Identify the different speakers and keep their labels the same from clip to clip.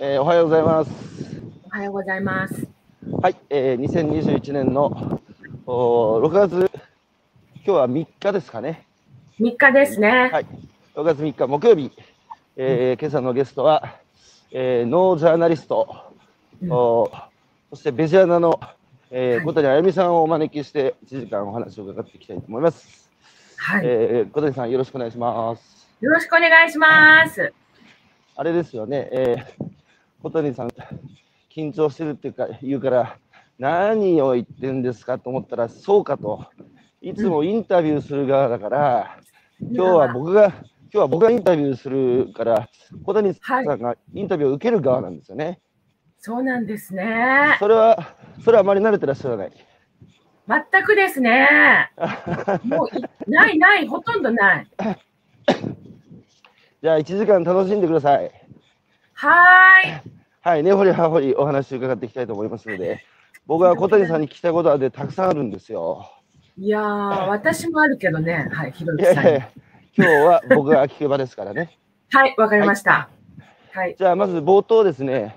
Speaker 1: えーおはようございます。
Speaker 2: おはようございます。
Speaker 1: はい、えー2021年のおー6月、今日は3日ですかね。
Speaker 2: 3日ですね。
Speaker 1: はい、6月3日木曜日、えー今朝のゲストは、えーノージャーナリスト、
Speaker 2: うん
Speaker 1: おーそしてベジアナの、えー
Speaker 2: はい
Speaker 1: 小谷あゆみさんをお招きして1時間お話を伺っていきたいと思います。
Speaker 2: はい。
Speaker 1: えー小谷さんよろしくお願いします。
Speaker 2: よろしくお願いします。
Speaker 1: あれですよね、えー小谷さん、緊張してるっていうか言うから、何を言ってるんですかと思ったら、そうかと、いつもインタビューする側だから、今日は僕が、今日は僕がインタビューするから、小谷さんがインタビューを受ける側なんですよね。
Speaker 2: そうなんですね。
Speaker 1: それは、それはあまり慣れてらっしゃらない。
Speaker 2: 全くです ね。もういないない、ほとんどない。
Speaker 1: じゃあ、1時間楽しんでください。
Speaker 2: はーい。
Speaker 1: はい、ねほりはほりお話を伺っていきたいと思いますので、僕は小谷さんに聞きたいことはでたくさんあるんですよ。
Speaker 2: いやー、私もあるけどね。はい、ひろ
Speaker 1: い
Speaker 2: ゆき
Speaker 1: やい
Speaker 2: さん。
Speaker 1: やいや、今日は僕が聞く場ですからね。
Speaker 2: はい、わかりました。はい。
Speaker 1: じゃあ、まず冒頭ですね、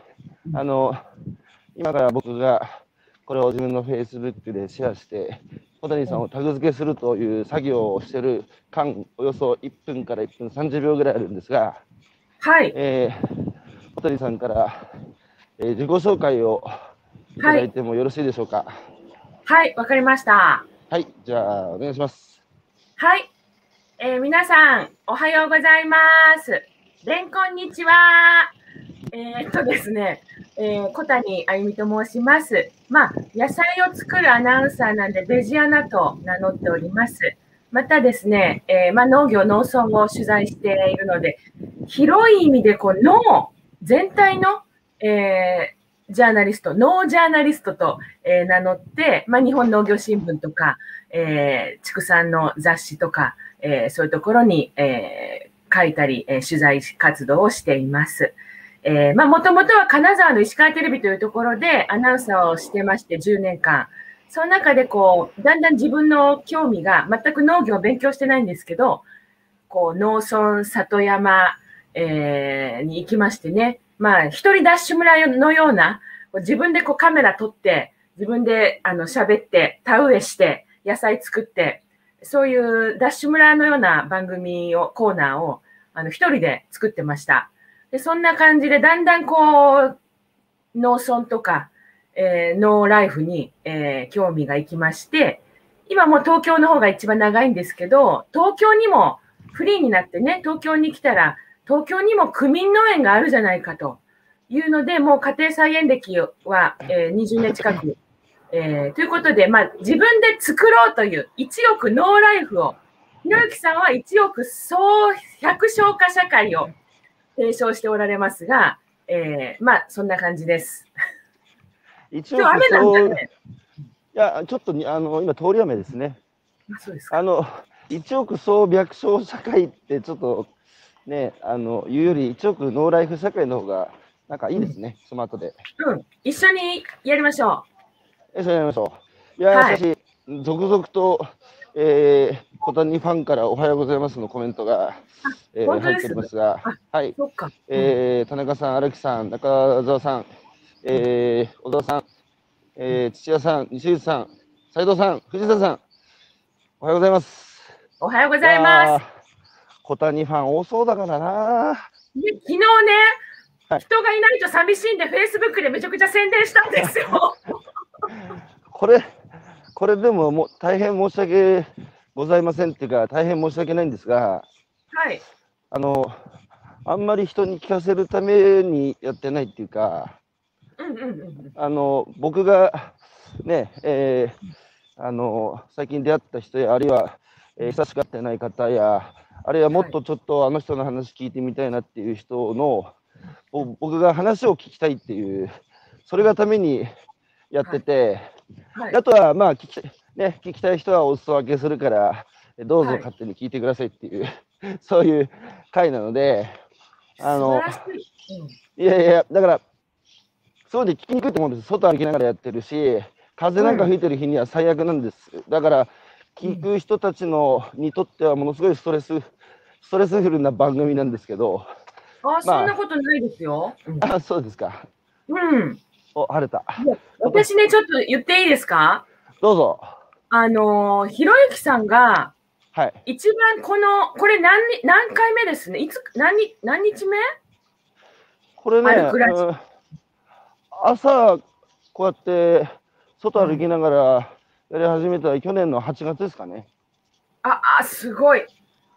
Speaker 1: あの、今から僕がこれを自分の Facebook でシェアして、小谷さんをタグ付けするという作業をしている間、およそ1分から1分30秒ぐらいあるんですが、
Speaker 2: はい。
Speaker 1: えー、小谷さんから、えー自己紹介をいただいてもよろしいでしょうか。
Speaker 2: はい、わかりました。
Speaker 1: はい、じゃあ、お願いします。
Speaker 2: はい。えー皆さん、おはようございます。れんこんにちは。えーっとですね、えー小谷あゆみと申します。まあ、野菜を作るアナウンサーなんで、ベジアナと名乗っております。またですね、えーまあ、農業、農村を取材しているので、広い意味でこう農全体の、えージャーナリスト、農ジャーナリストと、えー名乗って、まあ、日本農業新聞とか、えー畜産の雑誌とか、えーそういうところに、えー書いたり、えー取材活動をしています。えーまあ、もともとは金沢の石川テレビというところでアナウンサーをしてまして、10年間。その中でこう、だんだん自分の興味が、全く農業を勉強してないんですけど、こう、農村、里山、えーに行きましてね、まあ、一人ダッシュ村のような、こう自分でこうカメラ撮って、自分であの喋って、田植えして、野菜作って、そういうダッシュ村のような番組を、コーナーを、あの、一人で作ってました。で、そんな感じで、だんだんこう、農村とか、えー農ライフに、えー興味がいきまして、今もう東京の方が一番長いんですけど、東京にもフリーになってね、東京に来たら、東京にも区民農園があるじゃないかというので、もう家庭菜園歴は、えー20年近くえーということで、まあ、自分で作ろうという一億ノーライフを、ひろゆきさんは一億総百姓化社会を提唱しておられますが、えーまあ、そんな感じです。
Speaker 1: 一応、
Speaker 2: 今日雨なん
Speaker 1: そう
Speaker 2: だ
Speaker 1: い
Speaker 2: ね。
Speaker 1: や、ちょっとにあの今、通り雨ですね。
Speaker 2: あそうですか。
Speaker 1: あの一億総百姓社会ってちょっとねあの言うより一億ノーライフ社会の方がなんかいいですね、スマートで。
Speaker 2: うん。一緒にやりましょ
Speaker 1: えそれやりましょう。いやー、
Speaker 2: はい
Speaker 1: しかし続々と、えー、小谷ファンからおはようございますのコメントが、えー
Speaker 2: 本当
Speaker 1: 入
Speaker 2: で
Speaker 1: っ
Speaker 2: す。、
Speaker 1: ておりますが、はいう
Speaker 2: そっか。
Speaker 1: えー、田中さん、荒木さん、中澤さん、えー、小沢さん、えー、土屋さん、西内さん、斉藤さん、藤田さん、おはようございます。
Speaker 2: おはようございます。
Speaker 1: す。小谷ファン多そうだからな。
Speaker 2: で昨日ね、
Speaker 1: はい
Speaker 2: 人がいないと寂しいんで、Facebook でめちゃくちゃ宣伝したんで すよ。
Speaker 1: これ、これでももう大変申し訳ございませんっていうか、大変申し訳ないんですが、
Speaker 2: はい。
Speaker 1: あの、あんまり人に聞かせるためにやってないっていうか、
Speaker 2: うんうんうんうん。
Speaker 1: あの、僕がね、えーあの、最近出会った人や、あるいは、えー親しく会ってない方や、あるいはもっとちょっとあの人の話聞いてみたいなっていう人の、ぼ僕が話を聞きたいっていう、それがためにやってて、
Speaker 2: はい。
Speaker 1: あとは、まあ聞き、ね、聞きたい人はお裾分けするから、えどうぞ
Speaker 2: はい
Speaker 1: 勝手に聞いてくださいっていう、そういう回なので、あの
Speaker 2: 素晴らしい。うん
Speaker 1: いやいや、だから、そうで聞きにくいと思うんです。外歩きながらやってるし、風なんか吹いてる日には最悪なんです。だから、聞く人たちのにとってはものすごいストレス、ストレスフルな番組なんですけど、
Speaker 2: あ、そんなことないですよ。
Speaker 1: あ、そうですか。
Speaker 2: うん。
Speaker 1: お、晴れた。
Speaker 2: 私ね、ちょっと言っていいですか
Speaker 1: どうぞ。
Speaker 2: あのー、ひろゆきさんが、
Speaker 1: はい。
Speaker 2: 一番この、これ何日、何回目ですね。いつ、何日、何日目
Speaker 1: これね、
Speaker 2: 歩くラジオ
Speaker 1: うん朝、こうやって、外歩きながらやり始めたら去年の8月ですかね。
Speaker 2: あ、あ、すごい。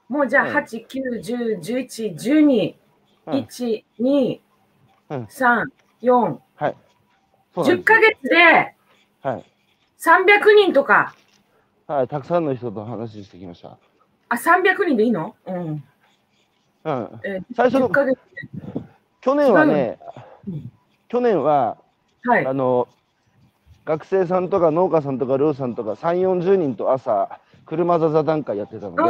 Speaker 2: もうじゃあ、
Speaker 1: うん
Speaker 2: 8、9、10、11、12、
Speaker 1: うん
Speaker 2: 1、2
Speaker 1: うん、
Speaker 2: 3、4、
Speaker 1: そうなんで
Speaker 2: 10
Speaker 1: すよ
Speaker 2: ヶ月で
Speaker 1: はい。
Speaker 2: 300人とか、
Speaker 1: はい。たくさんの人と話してきました。
Speaker 2: あ、300人でいいのうん。
Speaker 1: うん。
Speaker 2: えー
Speaker 1: 最初の
Speaker 2: 10ヶ月。
Speaker 1: 去年はね
Speaker 2: うん、
Speaker 1: 去年は、
Speaker 2: はい。
Speaker 1: あの、学生さんとか農家さんとか漁師さんとか3、40人と朝、車座座談会やってたの
Speaker 2: う
Speaker 1: で、
Speaker 2: ん、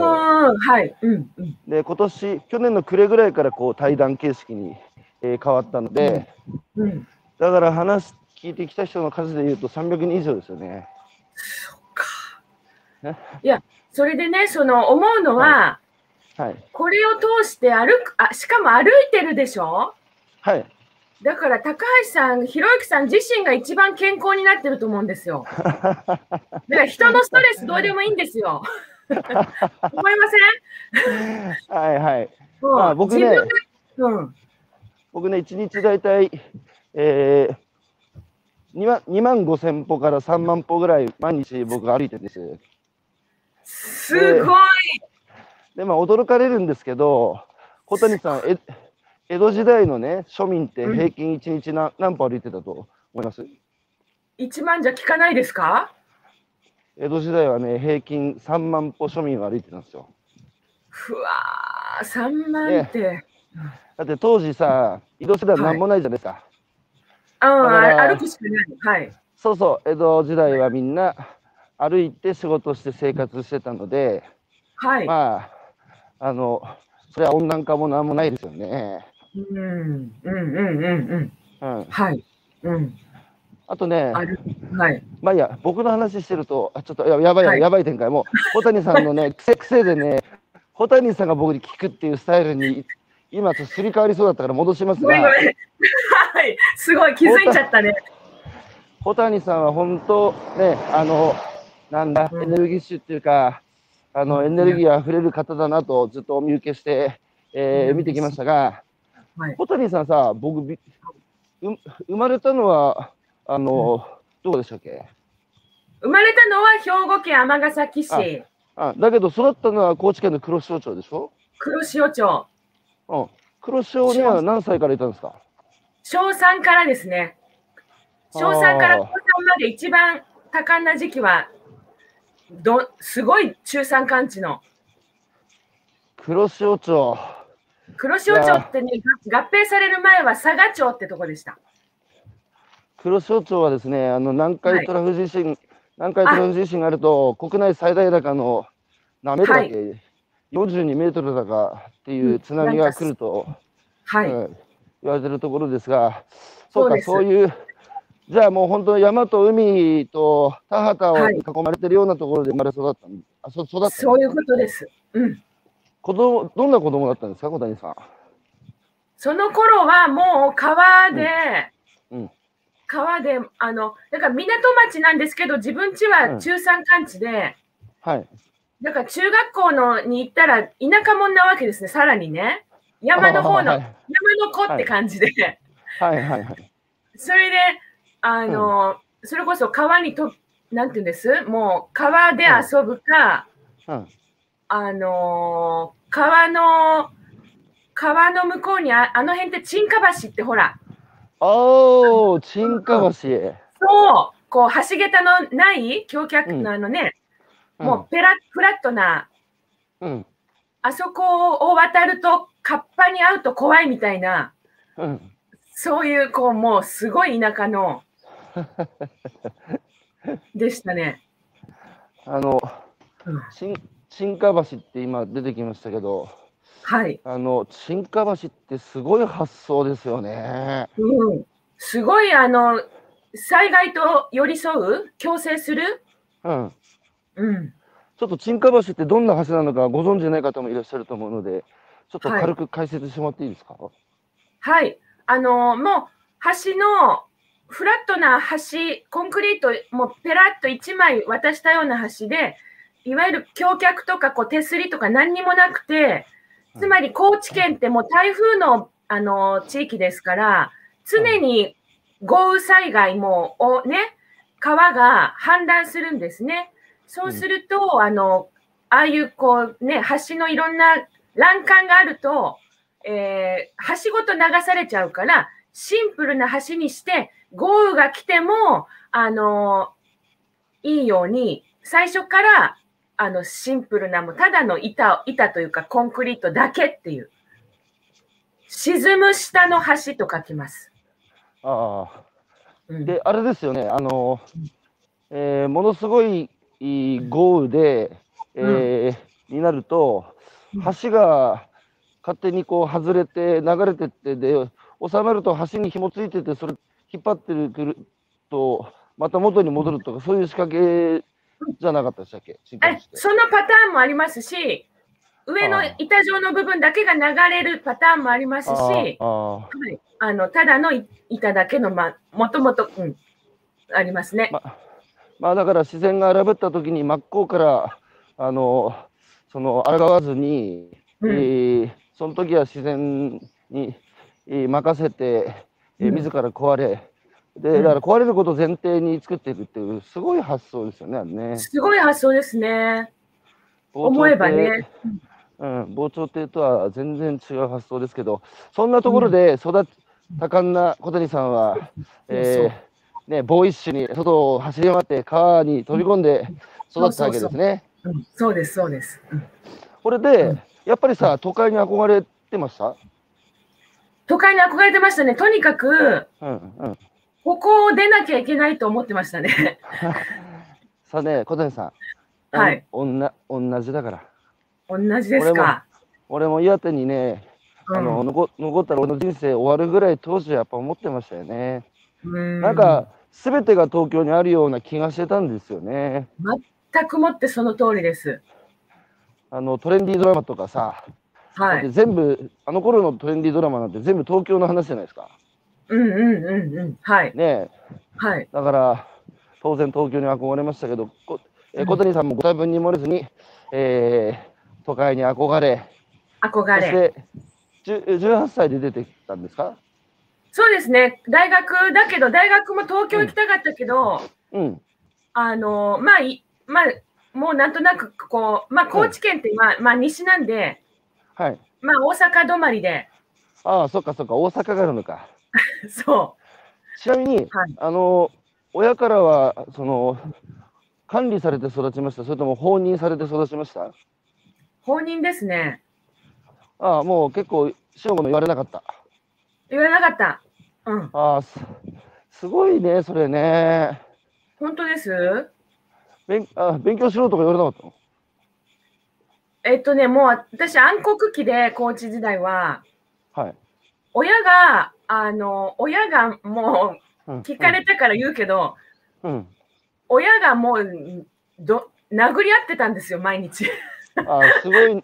Speaker 2: はい。うん、うん。
Speaker 1: で今年去年の暮れぐらいからこう対談形式に、えー変わったので、
Speaker 2: うん。
Speaker 1: だから話聞いてきた人の数でいうと300人以上ですよね。
Speaker 2: それでね、その思うのは、
Speaker 1: はい、
Speaker 2: これを通して歩く、あ、しかも歩いてるでしょ
Speaker 1: はい、
Speaker 2: だから高橋さん、ひろゆきさん自身が一番健康になってると思うんです よ。だから人のストレスどうでもいいんで すよ。思いません
Speaker 1: はい、はい。
Speaker 2: もう
Speaker 1: まあ僕ね
Speaker 2: 自分がうん。
Speaker 1: 僕ね、1日大体、えー、2, 万2万5千歩から3万歩ぐらい毎日僕歩いてるんです。
Speaker 2: すごい。
Speaker 1: で、まあ驚かれるんですけど、小谷さん、え江戸時代のね、庶民って平均1日何,、何歩歩いてたと思います
Speaker 2: 一万じゃ効かないですか
Speaker 1: 江戸時代はね、平均3万歩庶民は歩いてたんですよ。
Speaker 2: ふわー、3万って。
Speaker 1: だって当時さ、移動手段なんもないじゃないですか。
Speaker 2: うん、
Speaker 1: から
Speaker 2: あ歩くしかない。はい。
Speaker 1: そうそう、江戸時代はみんな歩いて仕事して生活してたので、
Speaker 2: はい。
Speaker 1: まあ、あの、それは温暖化もなんもないですよね。
Speaker 2: うん、うん、うん、うん、うん。
Speaker 1: うん、
Speaker 2: はい。うん。
Speaker 1: あとね、
Speaker 2: 歩く。はい。
Speaker 1: まあいいや、僕の話してると、あちょっとややばいな、
Speaker 2: はい
Speaker 1: やばい展開、もう、小谷さんの ね、癖癖でね、小谷さんが僕に聞くっていうスタイルに、今、ちょっとすり替わりそうだったから戻します
Speaker 2: ごめんご
Speaker 1: が、
Speaker 2: めん。はい、すごい気づいちゃったね。
Speaker 1: 小谷さんは本当、ね、あの、なんだ、
Speaker 2: うん
Speaker 1: エネルギッシュっていうか、あの、エネルギーあふれる方だなと、ずっとお見受けして、えー
Speaker 2: うん
Speaker 1: 見てきましたが、
Speaker 2: はい、
Speaker 1: 小谷さんさ、僕、びう生まれたのは、あの、どこでしたっけ
Speaker 2: 生まれたのは兵庫県尼崎市
Speaker 1: あだけど、育ったのは高知県の黒潮町でしょ
Speaker 2: 黒潮町、
Speaker 1: うん。黒潮には何歳からいたんですか
Speaker 2: 小3からですね。小3から高3まで一番多感な時期は、どすごい中山間地の。
Speaker 1: 黒潮町。
Speaker 2: 黒潮町ってね、が合併される前は佐賀町ってとこでした。
Speaker 1: 黒潮町はですね、あの南海トラフ地震、南海トラフ地震があると、国内最大高の何メートルだっけ、42メートルだかっていう津波が来ると、
Speaker 2: はい。
Speaker 1: うん言われてるところですが、そう
Speaker 2: そう
Speaker 1: か、
Speaker 2: です
Speaker 1: そういう、じゃあもう本当、山と海と田畑を
Speaker 2: はい
Speaker 1: 囲まれてるようなところで生まれ育ったん、あそ育った
Speaker 2: そういうことです。うん。
Speaker 1: 子供どんな子供だったんですか、小谷さん。
Speaker 2: その頃はもう川で、
Speaker 1: うんうん
Speaker 2: 川で、あの、だから港町なんですけど、自分家は中山間地で、
Speaker 1: はい、
Speaker 2: だから中学校のに行ったら田舎者なわけですね、さらにね。山の方の、
Speaker 1: は
Speaker 2: 山
Speaker 1: い
Speaker 2: の子って感じで。
Speaker 1: はいはいはい。
Speaker 2: それで、あの、それこそ川にと、なんていうんですもう川で遊ぶか、
Speaker 1: うん
Speaker 2: あのー川の、川の向こうにあ、あの辺って沈下橋ってほら、
Speaker 1: おー、沈下橋。
Speaker 2: そう、こう橋桁のない橋脚のあのね、もうペラフラットな、
Speaker 1: うん、うん、
Speaker 2: あそこを渡ると、カッパに会うと怖いみたいな、
Speaker 1: うん。
Speaker 2: そういう、こう、もうすごい田舎の、でしたね。
Speaker 1: あの
Speaker 2: うん、
Speaker 1: 沈沈下橋って今出てきましたけど、
Speaker 2: はい。
Speaker 1: あの沈下橋ってすごい発想ですよね。
Speaker 2: うん。すごい、あの、災害と寄り添う共生する
Speaker 1: うん。
Speaker 2: うん。
Speaker 1: ちょっと沈下橋ってどんな橋なのかご存じない方もいらっしゃると思うので、ちょっと軽く解説してもらっていいですか。
Speaker 2: はい。あの、もう、橋の、フラットな橋、コンクリート、もうペラッと1枚渡したような橋で、いわゆる橋脚とかこう手すりとか何にもなくて、つまり高知県ってもう台風のあの地域ですから、常に豪雨災害もおね、川が氾濫するんですね。そうすると、あの、ああいうこうね、橋のいろんな欄干があると、えー橋ごと流されちゃうから、シンプルな橋にして、豪雨が来ても、あのいいように、最初から、あの、シンプルな、もうただの板を、板というかコンクリートだけっていう。沈む下の橋と書きます。
Speaker 1: ああ。
Speaker 2: うん、
Speaker 1: で、あれですよね、あの、えーものすごいいい豪雨で、えーになると
Speaker 2: うん、
Speaker 1: 橋が勝手にこう外れて流れてって、で、収まると橋に紐ついてて、それ引っ張ってくると、また元に戻るとか、そういう仕掛けじゃなかったでしたっけ新
Speaker 2: え
Speaker 1: 幹線って
Speaker 2: そのパターンもありますし、上の
Speaker 1: あー
Speaker 2: 板状の部分だけが流れるパターンもありますし、はい
Speaker 1: あーあ
Speaker 2: あのただのい板だけの、ま、もともと、うん、ありますね
Speaker 1: ー、。ま、まあだから自然が荒ぶった時に真っ向から、あの、その、抗わずに、え
Speaker 2: うん
Speaker 1: ーその時は自然に、えー任せて、えー
Speaker 2: うん
Speaker 1: 自ら壊れ、
Speaker 2: う
Speaker 1: で
Speaker 2: ん
Speaker 1: だから壊れることを前提に作っていくっていうすごい発想ですよねあれね。
Speaker 2: すごい発想ですね。思えばね
Speaker 1: 防潮堤。うん、防潮堤とは全然違う発想ですけどそんなところで育ち、多感な小谷さんは、
Speaker 2: そ
Speaker 1: え
Speaker 2: う
Speaker 1: ーね、ボーイッシュに外を走り回って川に飛び込んで育ったわけですね。
Speaker 2: うん、そうです、そうです。うん
Speaker 1: これで、
Speaker 2: うん
Speaker 1: やっぱりさ都会に憧れてました、
Speaker 2: 都会に憧れてましたね。とにかく、
Speaker 1: うんうん、
Speaker 2: ここを出なきゃいけないと思ってましたね。
Speaker 1: さあね、小谷さん。
Speaker 2: はい
Speaker 1: おん。おんな、同じだから。
Speaker 2: 同じですか。
Speaker 1: 俺も岩手にね、あの、
Speaker 2: うん
Speaker 1: 残残ったら俺の人生終わるぐらい当時はやっぱ思ってましたよね。
Speaker 2: うん
Speaker 1: なんか、すべてが東京にあるような気がしてたんですよね。
Speaker 2: 全くもってその通りです。
Speaker 1: あの、トレンディードラマとかさ、
Speaker 2: は
Speaker 1: だって
Speaker 2: い。
Speaker 1: 全部、あの頃のトレンディードラマなんて全部東京の話じゃないですか。
Speaker 2: うんうんうんうん。はい。
Speaker 1: ねえ
Speaker 2: はい。
Speaker 1: だから、当然東京に憧れましたけど、こえ
Speaker 2: うん
Speaker 1: 小谷さんもご多分に漏れずに、えー都会に憧れ、
Speaker 2: 憧
Speaker 1: そし
Speaker 2: れ。
Speaker 1: て、じゅ18歳で出てきたんですか
Speaker 2: そうですね。大学だけど、大学も東京行きたかったけど、
Speaker 1: うん。
Speaker 2: あの、まあ、いまあ、もうなんとなく、こう、まあ、高知県って、まあ、まあ、西なんで、
Speaker 1: はい。
Speaker 2: まあ、大阪止まりで、
Speaker 1: ああ、そっかそっか、大阪があるのか。
Speaker 2: そ
Speaker 1: ちなみに、
Speaker 2: はい
Speaker 1: あの、親からは、その、管理されて育ちましたそれとも放任されて育ちました
Speaker 2: う、放任ですね。
Speaker 1: ああ、もう結構、正吾の言われなかった。
Speaker 2: 言わなかった。うん、
Speaker 1: ああ、すすごいね、それね。
Speaker 2: 本当です。
Speaker 1: 勉あ勉強しろとか言われなかったの
Speaker 2: えっとね、もう私、暗黒期で、高知時代は、
Speaker 1: はい。
Speaker 2: 親が、あの、親がも
Speaker 1: うん
Speaker 2: う、聞かれたから言うけど、
Speaker 1: うん。
Speaker 2: 親がもう、ど、殴り合ってたんですよ、毎日。
Speaker 1: ああ、すごい、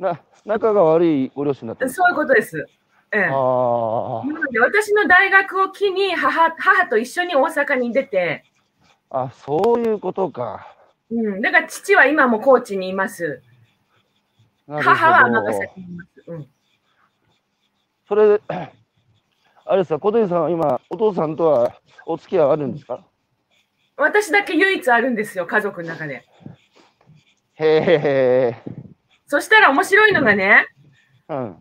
Speaker 1: な、仲が悪いご両親だったんです
Speaker 2: そういうことです。ええ。
Speaker 1: あ
Speaker 2: なので私の大学を機に母母と一緒に大阪に出て、
Speaker 1: あ、あ、そういうことか。
Speaker 2: うん、だから父は今も高知にいます。
Speaker 1: なるほど
Speaker 2: 母は尼崎にいます。うん、
Speaker 1: それ、 あれですか、小鳥さんは今、お父さんとはお付き合いはあるんですか
Speaker 2: 私だけ唯一あるんですよ、家族の中で。
Speaker 1: へえ、
Speaker 2: そしたら面白いのがね、
Speaker 1: うん、
Speaker 2: こ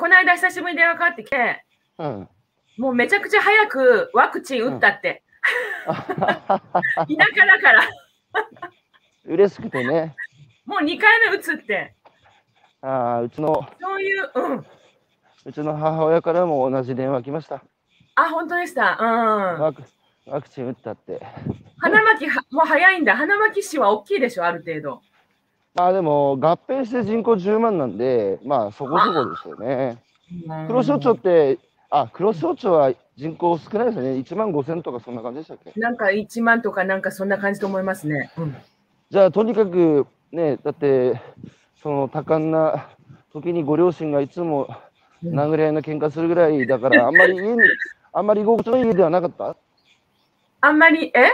Speaker 2: この間久しぶりに電話かかってきて、
Speaker 1: うん。
Speaker 2: もうめちゃくちゃ早くワクチン打ったって、 田舎だから、
Speaker 1: 嬉しくてね、
Speaker 2: もう2回目打つって、
Speaker 1: あーうちの、
Speaker 2: そういう、うん、
Speaker 1: うちの母親からも同じ電話来ました。
Speaker 2: あ、本当でした、うん。
Speaker 1: ワクワクチン打ったって。
Speaker 2: 花巻はもう早いんだ、花巻市は大きいでしょ、ある程度。
Speaker 1: まあでも、合併して人口10万なんで、まあそこそこですよね。黒潮町って、あ、黒潮町は人口少ないですよね。1万5千とかそんな感じでしたっけ
Speaker 2: なんか1万とかなんかそんな感じと思いますね。うん、
Speaker 1: じゃあとにかくねだってその多感な時にご両親がいつも
Speaker 2: うん
Speaker 1: 殴り合いの喧嘩するぐらいだから、あんまり家に、あんまり居心地のいい家ではなかった
Speaker 2: あんまり、え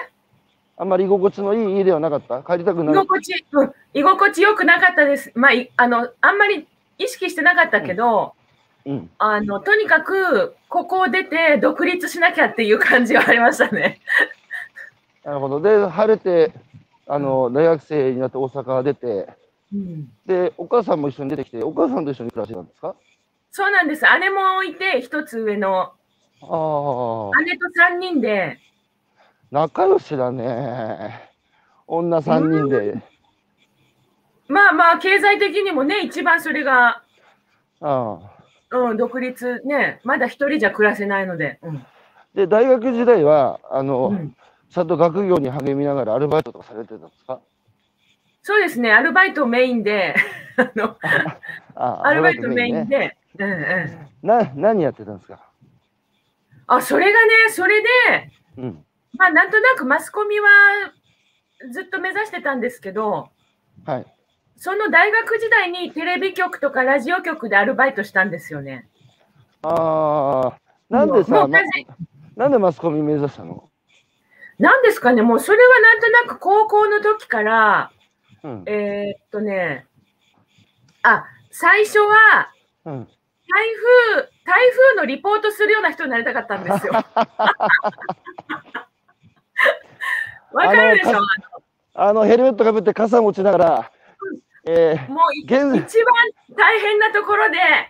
Speaker 1: あんまり居心地のいい家ではなかった帰りたく
Speaker 2: 居
Speaker 1: ない。
Speaker 2: 心地、うん、居心地よくなかったです。まあ、いあの、あんまり意識してなかったけど、
Speaker 1: うん。
Speaker 2: あの、とにかく、ここを出て独立しなきゃっていう感じはありましたね。
Speaker 1: なるほど。で、晴れて、あの、大学生になって大阪出て、
Speaker 2: うん、
Speaker 1: で、お母さんも一緒に出てきて、お母さんと一緒に暮らしてたんですか
Speaker 2: そうなんです。姉も置いて、一つ上の、
Speaker 1: ああ、
Speaker 2: 姉と3人で、
Speaker 1: 仲良しだね。女三人で。
Speaker 2: まあまあ、経済的にもね、一番それが、
Speaker 1: ああ。
Speaker 2: うん、独立ね、まだ一人じゃ暮らせないので。うん
Speaker 1: で、大学時代は、あの、
Speaker 2: うん
Speaker 1: ちゃんと学業に励みながらアルバイトとかされてたんですか
Speaker 2: そうですね、アルバイトメインで、 あの
Speaker 1: あ
Speaker 2: アルバイトメイン
Speaker 1: ね。
Speaker 2: で、うんうん、
Speaker 1: な、何やってたんですか
Speaker 2: あそれがね、それで、
Speaker 1: うん。
Speaker 2: まあ、なんとなくマスコミはずっと目指してたんですけど、
Speaker 1: はい。
Speaker 2: その大学時代にテレビ局とかラジオ局でアルバイトしたんですよね。
Speaker 1: ああ、なんで
Speaker 2: も
Speaker 1: さ、
Speaker 2: う
Speaker 1: ま
Speaker 2: 完全に
Speaker 1: なんでマスコミ目指したの
Speaker 2: なんですかね、もうそれはなんとなく高校の時から、
Speaker 1: うん。
Speaker 2: えーっとね、あ最初は
Speaker 1: うん。
Speaker 2: 台風、台風のリポートするような人になりたかったん ですよ。わかるでしょ
Speaker 1: あのあの、ヘルメットかぶって傘持ちながら、えー、
Speaker 2: もうい一番
Speaker 1: 現
Speaker 2: 大変なところで、は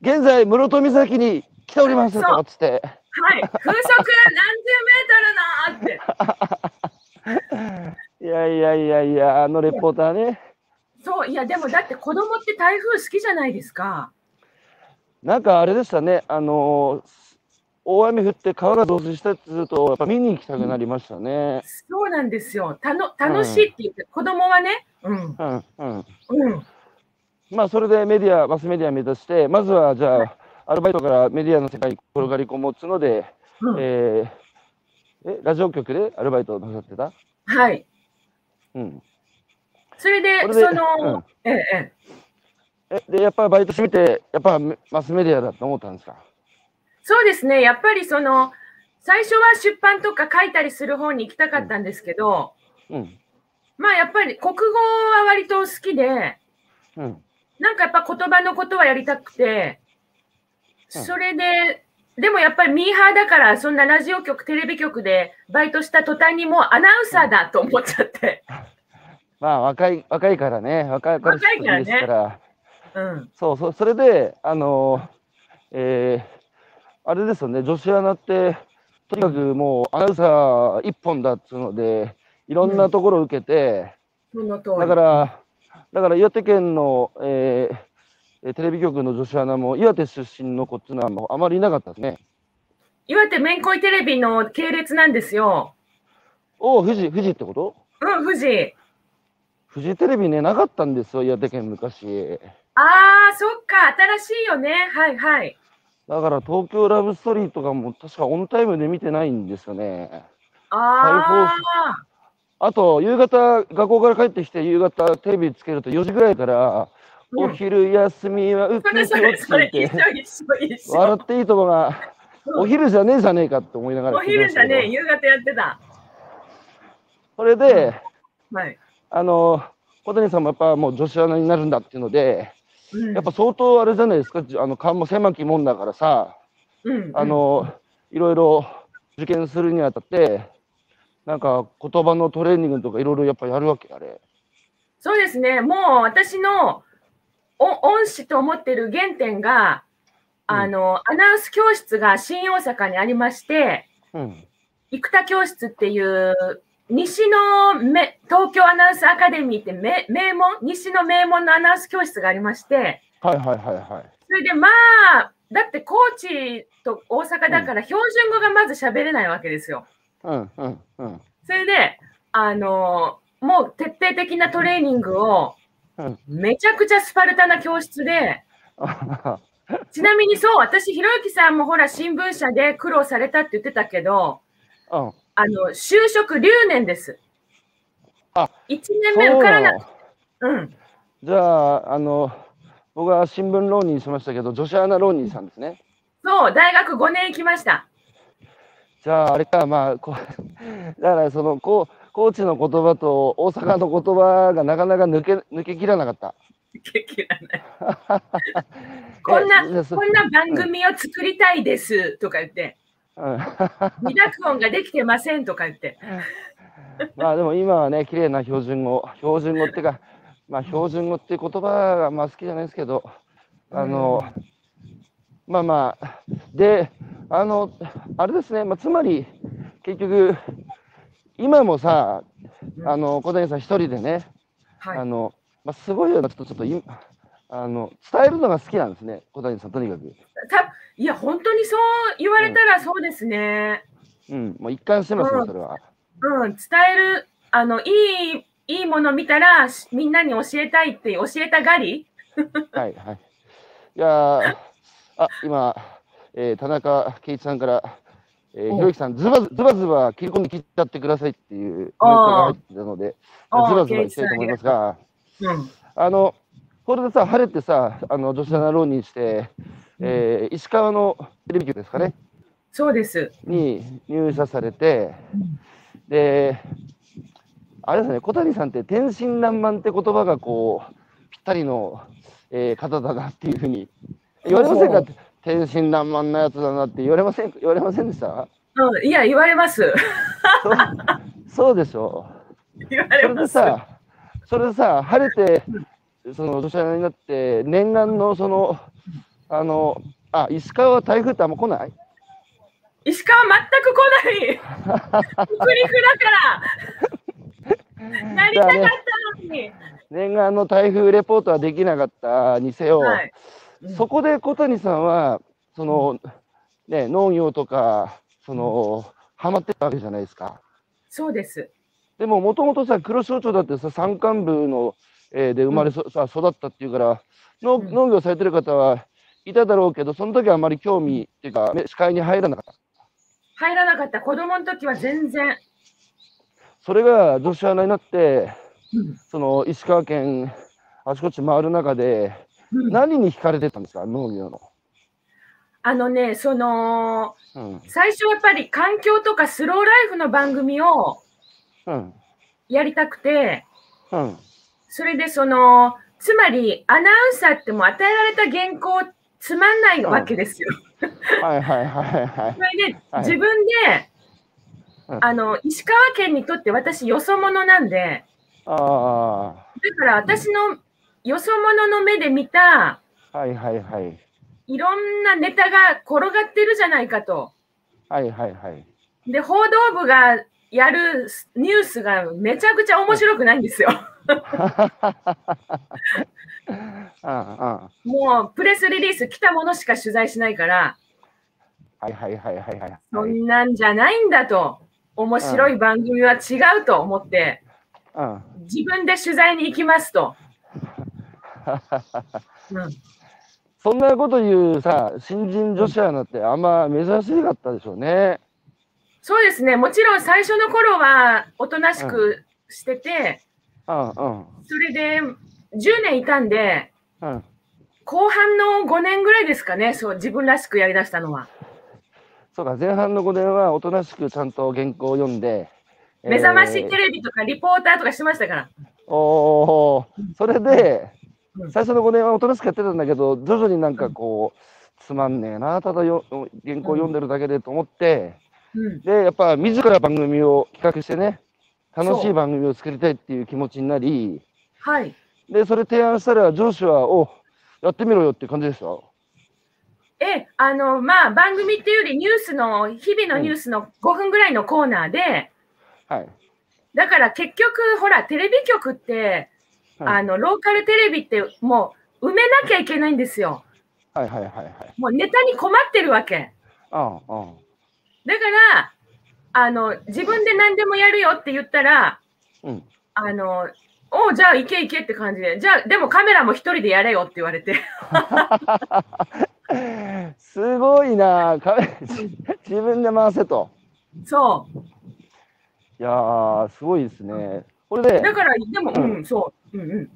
Speaker 1: 現在、室戸岬に来ておりますと
Speaker 2: そう
Speaker 1: かっつって。
Speaker 2: い、風速何十メートルのーって、
Speaker 1: いやいやいやいや、あのレポーターね。
Speaker 2: そう、いや、でもだって子供って台風好きじゃないですか。
Speaker 1: なんかあれでしたね、あのー大雨降って川が増水したってすると、やっぱ見に行きたくなりましたね。
Speaker 2: そうなんですよ。たの楽しいって言って、子供はね、うん、
Speaker 1: うん、うん。
Speaker 2: うん、
Speaker 1: まあ、それでメディア、マスメディア目指して、まずはじゃあ、アルバイトからメディアの世界に転がり込もうっつので、
Speaker 2: うん、
Speaker 1: えーえ、ラジオ局でアルバイトをなさってた
Speaker 2: はい。
Speaker 1: うん。
Speaker 2: それで、
Speaker 1: これで
Speaker 2: その、ええええ、
Speaker 1: え、で、やっぱりバイトしてみて、やっぱメマスメディアだと思ったんですか
Speaker 2: そうですね、やっぱりその、最初は出版とか書いたりする方に行きたかったんですけど、
Speaker 1: うん。
Speaker 2: まあやっぱり国語は割と好きで、
Speaker 1: うん。
Speaker 2: なんかやっぱ言葉のことはやりたくて、
Speaker 1: うん
Speaker 2: それで、でもやっぱりミーハーだから、そんなラジオ局、テレビ局でバイトした途端にもうアナウンサーだと思っちゃって。
Speaker 1: まあ、若い、若いからね、若いから
Speaker 2: 若いからね
Speaker 1: ですから。
Speaker 2: うん。
Speaker 1: そうそう、それで、あのえーあれですよね、女子アナって、とにかくもうアナウンサー一本だっつうので、いろんなところを受けて、
Speaker 2: その通
Speaker 1: だ
Speaker 2: り。
Speaker 1: から、だから岩手県の、えーえーテレビ局の女子アナも、岩手出身の子っていうのはもうあまりいなかったですね。
Speaker 2: 岩手めんこいテレビの系列なんですよ。
Speaker 1: おお、富士、富士ってこと
Speaker 2: うん、富士。
Speaker 1: 富士テレビね、なかったんですよ、岩手県昔。
Speaker 2: あー、そっか、新しいよね。はいはい。
Speaker 1: だから東京ラブストーリーとかも確かオンタイムで見てないんですよね。
Speaker 2: あ
Speaker 1: あと、夕方、学校から帰ってきて、夕方、テレビつけると4時ぐらいから、
Speaker 2: うん
Speaker 1: お昼休みはウ
Speaker 2: ー、それ
Speaker 1: キウ
Speaker 2: そ
Speaker 1: キウ
Speaker 2: れ
Speaker 1: キ
Speaker 2: それ、一
Speaker 1: って、
Speaker 2: 緒一緒一緒。
Speaker 1: 笑っていいとこが、
Speaker 2: うん
Speaker 1: お昼じゃねえじゃねえかって思いながら
Speaker 2: お
Speaker 1: 聞いてま
Speaker 2: 昼
Speaker 1: し
Speaker 2: じゃ
Speaker 1: たけど
Speaker 2: ね、夕方やってた。
Speaker 1: それで、
Speaker 2: はい。
Speaker 1: あの、小谷さんもやっぱもう女子アナになるんだっていうので、
Speaker 2: うん
Speaker 1: やっぱ相当あれじゃないですか、じあの、勘も狭きもんだからさ、
Speaker 2: うん、
Speaker 1: あの、いろいろ受験するにあたって、なんか言葉のトレーニングとかいろいろやっぱやるわけ、あれ。
Speaker 2: そうですね、もう私のお恩師と思ってる原点が、
Speaker 1: うん
Speaker 2: あの、アナウンス教室が新大阪にありまして、
Speaker 1: うん。
Speaker 2: 生田教室っていう、西のめ東京アナウンスアカデミーってめ名門、西の名門のアナウンス教室がありまして、
Speaker 1: はいはいはいはい。
Speaker 2: それでまあ、だって高知と大阪だから標準語がまず喋れないわけですよ。
Speaker 1: うんうんうん。
Speaker 2: それで、あのもう徹底的なトレーニングを
Speaker 1: うん、
Speaker 2: めちゃくちゃスパルタな教室で、
Speaker 1: あ
Speaker 2: ちなみにそう、私、ひろゆきさんもほら、新聞社で苦労されたって言ってたけど、
Speaker 1: うん
Speaker 2: あの、就職留年です。
Speaker 1: あ
Speaker 2: 1年目受からな
Speaker 1: そう
Speaker 2: うん。
Speaker 1: じゃあ、あの、僕は新聞浪人しましたけど、女子アナ浪人さんですね。
Speaker 2: そう、大学5年行きま した。
Speaker 1: じゃあ、あれか、まあ、こうだからその、こう、高知の言葉と大阪の言葉がなかなか抜け抜けきらなかった。
Speaker 2: できない。こんな
Speaker 1: えじゃあそ
Speaker 2: こんな番組を作りたいですとか言って、
Speaker 1: うん
Speaker 2: 未濁音ができてませんとか言って。
Speaker 1: まあでも今はね、綺麗な標準語、標準語っていうか、まあ標準語っていう言葉がまあ好きじゃないですけど、あの、まあまあ、で、あの、あれですね、まあ、つまり、結局、今もさ、あの小谷さん一人でね、
Speaker 2: はい
Speaker 1: あのまあ、すごいような人と、ちょっといあの伝えるのが好きなんですね、小谷さん、とにかく。
Speaker 2: たいや、本当にそう言われたらそうですね。
Speaker 1: うん、もう一貫してますね、それは。
Speaker 2: うん、伝える、あの、いい、いいもの見たら、しみんなに教えたいって、教えたがり
Speaker 1: はいはい。いやーあ今、えー田中圭一さんから、えー、
Speaker 2: お
Speaker 1: ひろゆきさん、ズバズズバズバ切り込み切っちゃってくださいっていうコメントが入ってたので、
Speaker 2: あー
Speaker 1: ズバズバいきたいと思いますが、
Speaker 2: うん。
Speaker 1: あの、これでさ、晴れてさ、あの女子アナ浪人して、えー石川のテレビ局ですかね、
Speaker 2: そうです。
Speaker 1: に入社されて
Speaker 2: うん、
Speaker 1: で、あれですね、小谷さんって天真爛漫って言葉がこう、ぴったりの、えー方だなっていうふうに言われません
Speaker 2: お
Speaker 1: か天真爛漫なやつだなって言われません言われませんでした
Speaker 2: うん、いや、言われます。
Speaker 1: そうそうでしょ
Speaker 2: 言わ
Speaker 1: う。そ
Speaker 2: れ
Speaker 1: れ
Speaker 2: ま。
Speaker 1: です
Speaker 2: は
Speaker 1: さ、それでさ、晴れて、その女子アナになって、念願のその、あの、あ、石川は台風ってあんま来ない
Speaker 2: い、石川、全く来ない。北陸 だから。なりたかったのに。
Speaker 1: 念願の台風レポートはできなかったにせよ、
Speaker 2: はい。
Speaker 1: そこで小谷さんは、その、ね、農業とか、その、ハマってたわけじゃないですか。
Speaker 2: そうです。
Speaker 1: でも、もともとさ、黒潮町だってさ、山間部の、えーで生まれそ、さ、育ったっていうから、農
Speaker 2: うん
Speaker 1: 農業されてる方はいただろうけど、その時はあまり興味っていうか、ね視界に入らなかった。
Speaker 2: 入らなかった子供の時は全然。
Speaker 1: それが女子アナになって、
Speaker 2: うん
Speaker 1: その、石川県、あちこち回る中で、
Speaker 2: うん
Speaker 1: 何に惹かれてたんですか、農業の。
Speaker 2: あのね、その、
Speaker 1: うん。
Speaker 2: 最初やっぱり環境とかスローライフの番組を
Speaker 1: うん。
Speaker 2: やりたくて、
Speaker 1: うん。
Speaker 2: それでその、つまりアナウンサーってもう与えられた原稿つまんないわけですよ。
Speaker 1: はいはいはいはい
Speaker 2: そ。れで
Speaker 1: はい
Speaker 2: 自分で、
Speaker 1: うん
Speaker 2: あの、石川県にとって私よそ者なんで、
Speaker 1: ああ。
Speaker 2: だから私のよそ者の目で見た
Speaker 1: はいはいはい。
Speaker 2: いろんなネタが転がってるじゃないかと。
Speaker 1: はいはいはい。
Speaker 2: で、報道部がやるニュースがめちゃくちゃ面白くないんですよ。
Speaker 1: あ
Speaker 2: もうプレスリリース来たものしか取材しないから、
Speaker 1: あ、はいはいはいはいはい。
Speaker 2: そんなんじゃないんだと、面白い番組は違うと思って、
Speaker 1: うん。
Speaker 2: 自分で取材に行きま すと。うん
Speaker 1: そんなこと言うさ、新人女子アナってあんま珍しかったでしょうね。
Speaker 2: そうですね、もちろん最初の頃はおとなしくしてて、
Speaker 1: うんうん。
Speaker 2: それで10年いたんで、
Speaker 1: うん、
Speaker 2: 後半の5年ぐらいですかね、そう自分らしくやりだしたのは。
Speaker 1: そうか、前半の5年はおとなしくちゃんと原稿を読んで。
Speaker 2: 目覚ましテ
Speaker 1: えー
Speaker 2: レビとかリポーターとかしてましたから。
Speaker 1: おーそれで
Speaker 2: うん、
Speaker 1: 最初の5年はおとなしくやってたんだけど、徐々になんかこう、つまんねえな、ただよ原稿を読んでるだけでと思って、
Speaker 2: うん、
Speaker 1: で、やっぱ自ら番組を企画してね、楽し
Speaker 2: そ
Speaker 1: いう番組を作りたいっていう気持ちになり、
Speaker 2: はい
Speaker 1: で、それ提案したら上司は、おやってみろよっていう感じでした。
Speaker 2: え、あの、まあ、番組っていうよりニュースの、日々のニュースの5分ぐらいのコーナーで、
Speaker 1: はい。
Speaker 2: だから結局、ほら、テレビ局って、
Speaker 1: は
Speaker 2: あ
Speaker 1: い
Speaker 2: の、ローカルテレビってもう埋めなきゃいけないんですよ。
Speaker 1: はいはいはいはい。
Speaker 2: もうネタに困ってるわけ。
Speaker 1: ああ、あ
Speaker 2: だから、あの、自分で何でもやるよって言ったら、
Speaker 1: あ。 うん。
Speaker 2: あの、おう、じゃあ行け行けって感じで、じゃあ、でもカメラも一人でやれよって言われて、
Speaker 1: すごいなか 自分で回せと。
Speaker 2: そ
Speaker 1: いやー、すごいですね。これで
Speaker 2: う。だ、から、でも、うん、そう、うんうん。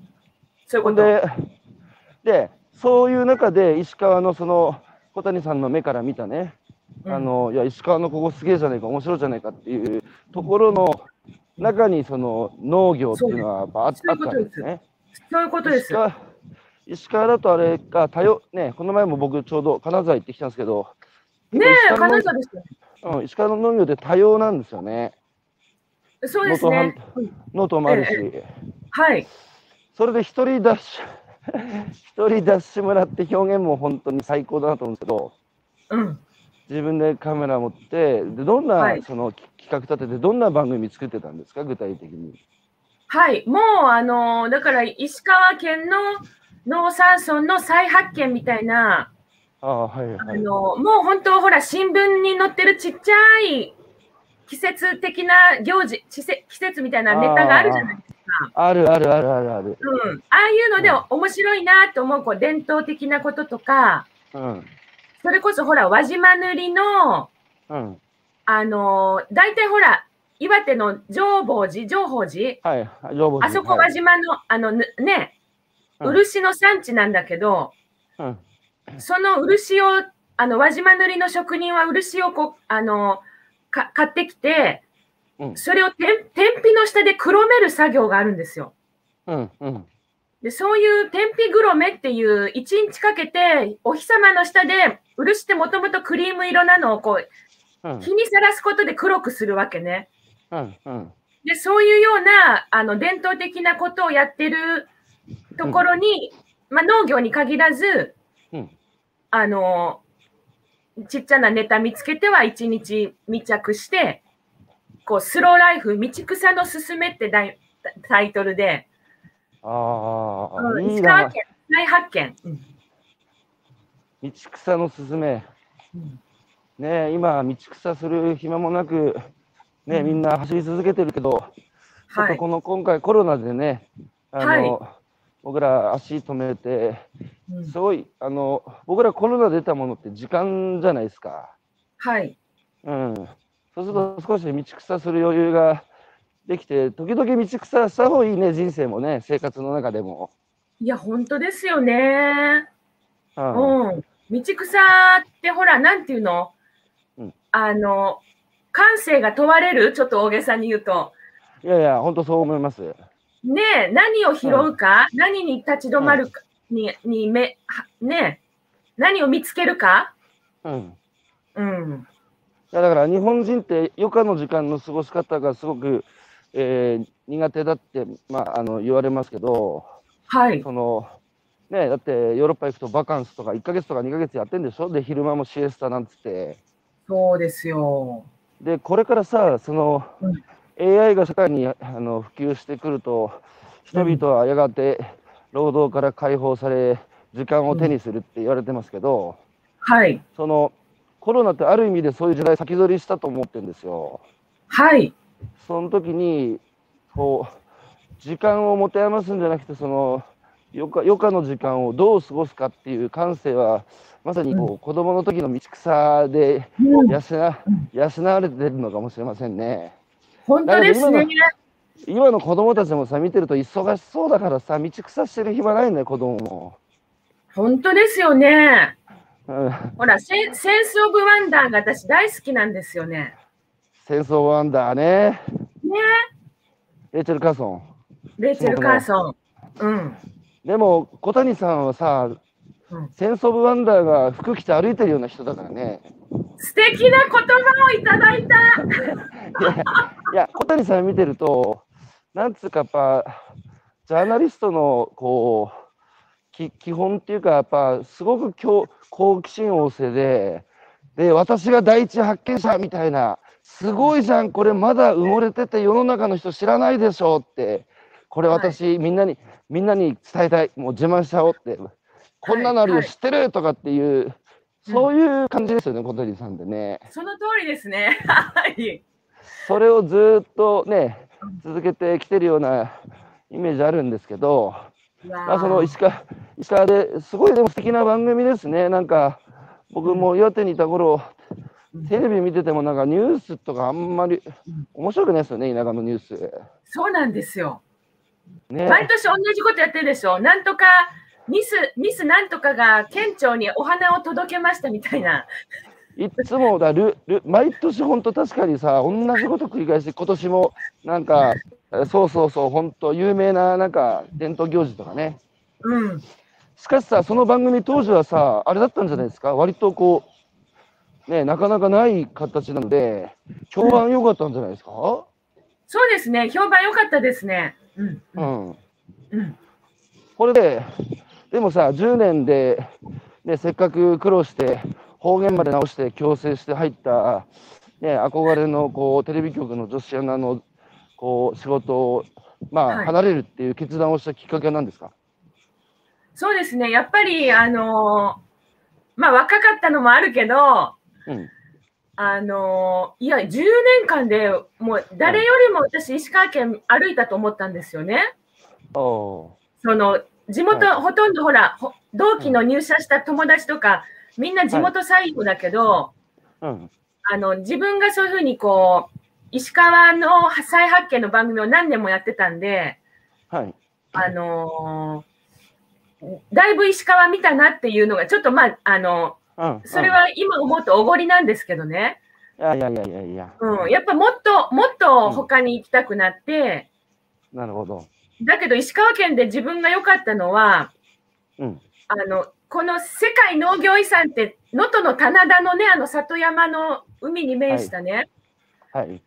Speaker 2: そう
Speaker 1: ほ
Speaker 2: いうこ
Speaker 1: ん
Speaker 2: と。
Speaker 1: で、で、そういう中で石川のその小谷さんの目から見たね、あのいや石川のここすげえじゃねえか面白いじゃねえかっていうところの中にその農業っていうのはやっぱあっ
Speaker 2: そう
Speaker 1: あったんですね。
Speaker 2: そういうことで
Speaker 1: 石。
Speaker 2: す
Speaker 1: 川石川だとあれか多様ねこの前も僕ちょうど金沢行ってきたんですけど、
Speaker 2: ねえ、
Speaker 1: 石川の
Speaker 2: 金沢ですよ。
Speaker 1: うん、石川の農業って多様なんですよね
Speaker 2: そうですね。
Speaker 1: 能登もあるし、
Speaker 2: はい。
Speaker 1: それで一人ダッシュ 一人ダッシュ村って表現も本当に最高だなと思うんですけど
Speaker 2: うん。
Speaker 1: 自分でカメラ持ってでどん
Speaker 2: は
Speaker 1: ないそのき企画立ててどんな番組作ってたんですか具体的に。
Speaker 2: はい。もう、あのーだから、石川県の農産村の再発見みたいな、
Speaker 1: ああはいはい。
Speaker 2: あのーもう本当、ほら、新聞に載ってるちっちゃい季節的な行事、季節季節みたいなネタがあるじゃないですか。
Speaker 1: あるあるあるあるある。
Speaker 2: うん。ああいうので面白いなと思う、こう、伝統的なこととか、
Speaker 1: うん
Speaker 2: それこそ、ほら、輪島塗の、
Speaker 1: うん
Speaker 2: あのー、大体ほら、岩手の浄法寺、浄法寺、
Speaker 1: はい上手
Speaker 2: あそこ
Speaker 1: は
Speaker 2: 輪
Speaker 1: い
Speaker 2: 島の、あのぬね、
Speaker 1: うん
Speaker 2: 漆の産地なんだけど、
Speaker 1: うん
Speaker 2: その漆を、あの、輪島塗の職人は漆をこう、あのか買ってきて、
Speaker 1: うん
Speaker 2: それを天天日の下で黒める作業があるんですよ。
Speaker 1: うんうん
Speaker 2: で、そういう天日黒めっていう、一日かけて、お日様の下で、漆ってもともとクリーム色なのをこう、
Speaker 1: うん
Speaker 2: 日にさらすことで黒くするわけね。
Speaker 1: うんうん
Speaker 2: で、そういうような、あの、伝統的なことをやってるところに、まあ、農業に限らず、
Speaker 1: うん
Speaker 2: あの、ちっちゃなネタ見つけては一日密着して、こう、スローライフ、道草のすすめってだいタイトルで、
Speaker 1: あ
Speaker 2: う
Speaker 1: あ
Speaker 2: ん
Speaker 1: いい
Speaker 2: 石
Speaker 1: な
Speaker 2: 川県再発見。うん
Speaker 1: 道草のすすめ
Speaker 2: うん
Speaker 1: ねえ今道草する暇もなくねえみんな走り続けてるけどちょっ
Speaker 2: は
Speaker 1: と
Speaker 2: い。
Speaker 1: この今回コロナでねあの、僕ら足止めて
Speaker 2: うん
Speaker 1: すごいあの僕らコロナ出たものって時間じゃないですか。
Speaker 2: はい。
Speaker 1: うん、そうすると少し道草する余裕ができて時々道草した方がいいね人生もね生活の中でも。
Speaker 2: いや、本当ですよね。
Speaker 1: うん
Speaker 2: うん。道草ってほら、なんていうの、
Speaker 1: うん
Speaker 2: あの、感性が問われる、ちょっと大げさに言うと。
Speaker 1: いやいや本当そう思います。
Speaker 2: ねえ、何を拾うか、何に立ち止まるか、に、にめ、はねえ、何を見つけるか。
Speaker 1: うん
Speaker 2: うん。
Speaker 1: いやだから日本人って余暇の時間の過ごし方がすごく、えー苦手だって、まあ、あの言われますけど
Speaker 2: はい。
Speaker 1: その、ね、だってヨーロッパ行くとバカンスとか1ヶ月とか2ヶ月やってんでしょで昼間もシエスタなんつって
Speaker 2: そうですよ。
Speaker 1: でこれからさその、AI が社会にあの普及してくると人々はやがて労働から解放され時間を手にするって言われてますけど、
Speaker 2: はい。
Speaker 1: そのコロナってある意味でそういう時代先取りしたと思ってるんですよ。
Speaker 2: はい。
Speaker 1: その時にこう時間を持て余すんじゃなくてその余暇余暇の時間をどう過ごすかっていう感性はまさにこう、子供の時の道草で
Speaker 2: うん
Speaker 1: 養養われてるのかもしれませんね。
Speaker 2: 本当です
Speaker 1: だ
Speaker 2: ね
Speaker 1: け。今の子供たちもさ見てると忙しそうだからさ道草してる暇ないんだよ子供も。
Speaker 2: 本当ですよね。
Speaker 1: うん
Speaker 2: ほら、センセンス・オブ・ワンダーが私大好きなんですよね。
Speaker 1: 戦争ワンダーね。
Speaker 2: ね
Speaker 1: レイチェル・カーソン。
Speaker 2: レイチェル・カーソン。うん。
Speaker 1: でも小谷さんはさ、
Speaker 2: うん
Speaker 1: センス・オブ・ワンダーが服着て歩いてるような人だからね。
Speaker 2: 素敵な言葉をいただいた。
Speaker 1: いやいや小谷さん見てるとなんつうかやっぱジャーナリストのこうき基本っていうかやっぱすごく興好奇心旺盛でで私が第一発見者みたいなすごいじゃんこれまだ埋もれてて世の中の人知らないでしょってこれ私、みんなにみんなに伝えたいもう自慢しちゃおうってこんなのあるよ
Speaker 2: はい
Speaker 1: 知ってるとかっていう、そういう感じですよね小谷さんでね。
Speaker 2: その通りですね。 はい。
Speaker 1: それをずーっとね続けてきてるようなイメージあるんですけど、まあ、その石川石川ですごいでも素敵な番組ですねなんか僕も岩手にいた頃
Speaker 2: うん
Speaker 1: テレビ見ててもなんかニュースとかあんまり面白くないですよね田舎のニュース
Speaker 2: そうなんですよ。
Speaker 1: ね
Speaker 2: 毎年同じことやってるでしょ。なんとかミス、ミスなんとかが県庁にお花を届けましたみたいな。
Speaker 1: いっつもだルル毎年本当確かにさ同じこと繰り返して今年もなんかえそうそうそう本当有名ななんか伝統行事とかね
Speaker 2: うん。
Speaker 1: しかしさその番組当時はさあれだったんじゃないですか割とこうねなかなかない形なので評判良かったんじゃないですか
Speaker 2: そうですね。評判良かったですね。うん。
Speaker 1: うん
Speaker 2: うん。
Speaker 1: これででもさ10年で、ね、せっかく苦労して方言まで直して強制して入った、ね、憧れのこうテレビ局の女子アナのこう仕事を、まあ
Speaker 2: はい
Speaker 1: 離れるっていう決断をしたきっかけは何ですか
Speaker 2: そうですね。やっぱり、あのーまあ若かったのもあるけど、
Speaker 1: うん
Speaker 2: あのーいや、10年間でもう誰よりも私、石川県歩いたと思ったんですよね。
Speaker 1: お
Speaker 2: その地元、
Speaker 1: は
Speaker 2: ほとんどほらほ同期の入社した友達とか、みんな地元最後だけど、
Speaker 1: うん
Speaker 2: あの自分がそういうふうにこう石川の再発見の番組を何年もやってたんで、
Speaker 1: はい
Speaker 2: あのーだいぶ石川見たなっていうのがちょっとまあ、あの
Speaker 1: うん、
Speaker 2: それは今思うとおごりなんですけどね、
Speaker 1: うん、いやいやいやいやいや、
Speaker 2: うん、やっぱもっともっと他に行きたくなって、
Speaker 1: なるほど、
Speaker 2: だけど石川県で自分が良かったのは、
Speaker 1: うん、
Speaker 2: あの、この世界農業遺産って、能登の棚田のね、あの里山の海に面したね、
Speaker 1: はい、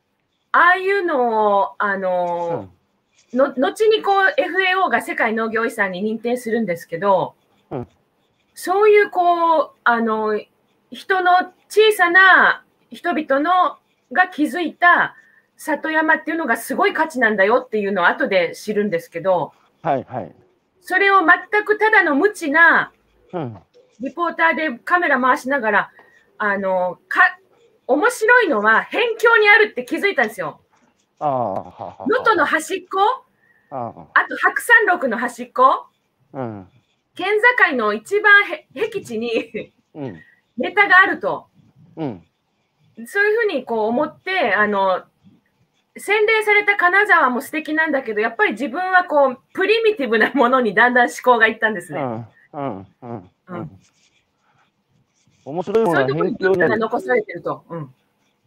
Speaker 2: ああいうのを、あ
Speaker 1: う
Speaker 2: の
Speaker 1: ん
Speaker 2: ーの、後にこう FAO が世界農業遺産に認定するんですけど、
Speaker 1: うん
Speaker 2: そういうこう、あの、人の小さな人々のが気づいた里山っていうのがすごい価値なんだよっていうのを後で知るんですけど、
Speaker 1: はいはい、
Speaker 2: それを全くただの無知な
Speaker 1: うん、
Speaker 2: リポーターでカメラ回しながら、あの、か、面白いのは辺境にあるって気づいたんですよ。
Speaker 1: ああはあはあ
Speaker 2: 能登の端っこ、
Speaker 1: あ
Speaker 2: あと白山麓の端っこ、
Speaker 1: あうん
Speaker 2: 県境の一番へ僻地に
Speaker 1: うん
Speaker 2: ネタがあると。
Speaker 1: うん
Speaker 2: そういうふうにこう思って、あの、洗練された金沢も素敵なんだけど、やっぱり自分はこう、プリミティブなものにだんだん思考がいったんです
Speaker 1: う
Speaker 2: ね。
Speaker 1: んうんうんう
Speaker 2: うん
Speaker 1: 面白いも
Speaker 2: そ
Speaker 1: の
Speaker 2: ういう
Speaker 1: は
Speaker 2: ところに
Speaker 1: 辺
Speaker 2: 文
Speaker 1: 境に
Speaker 2: 化
Speaker 1: あ
Speaker 2: が
Speaker 1: る。
Speaker 2: 残されてると。うん。
Speaker 1: あ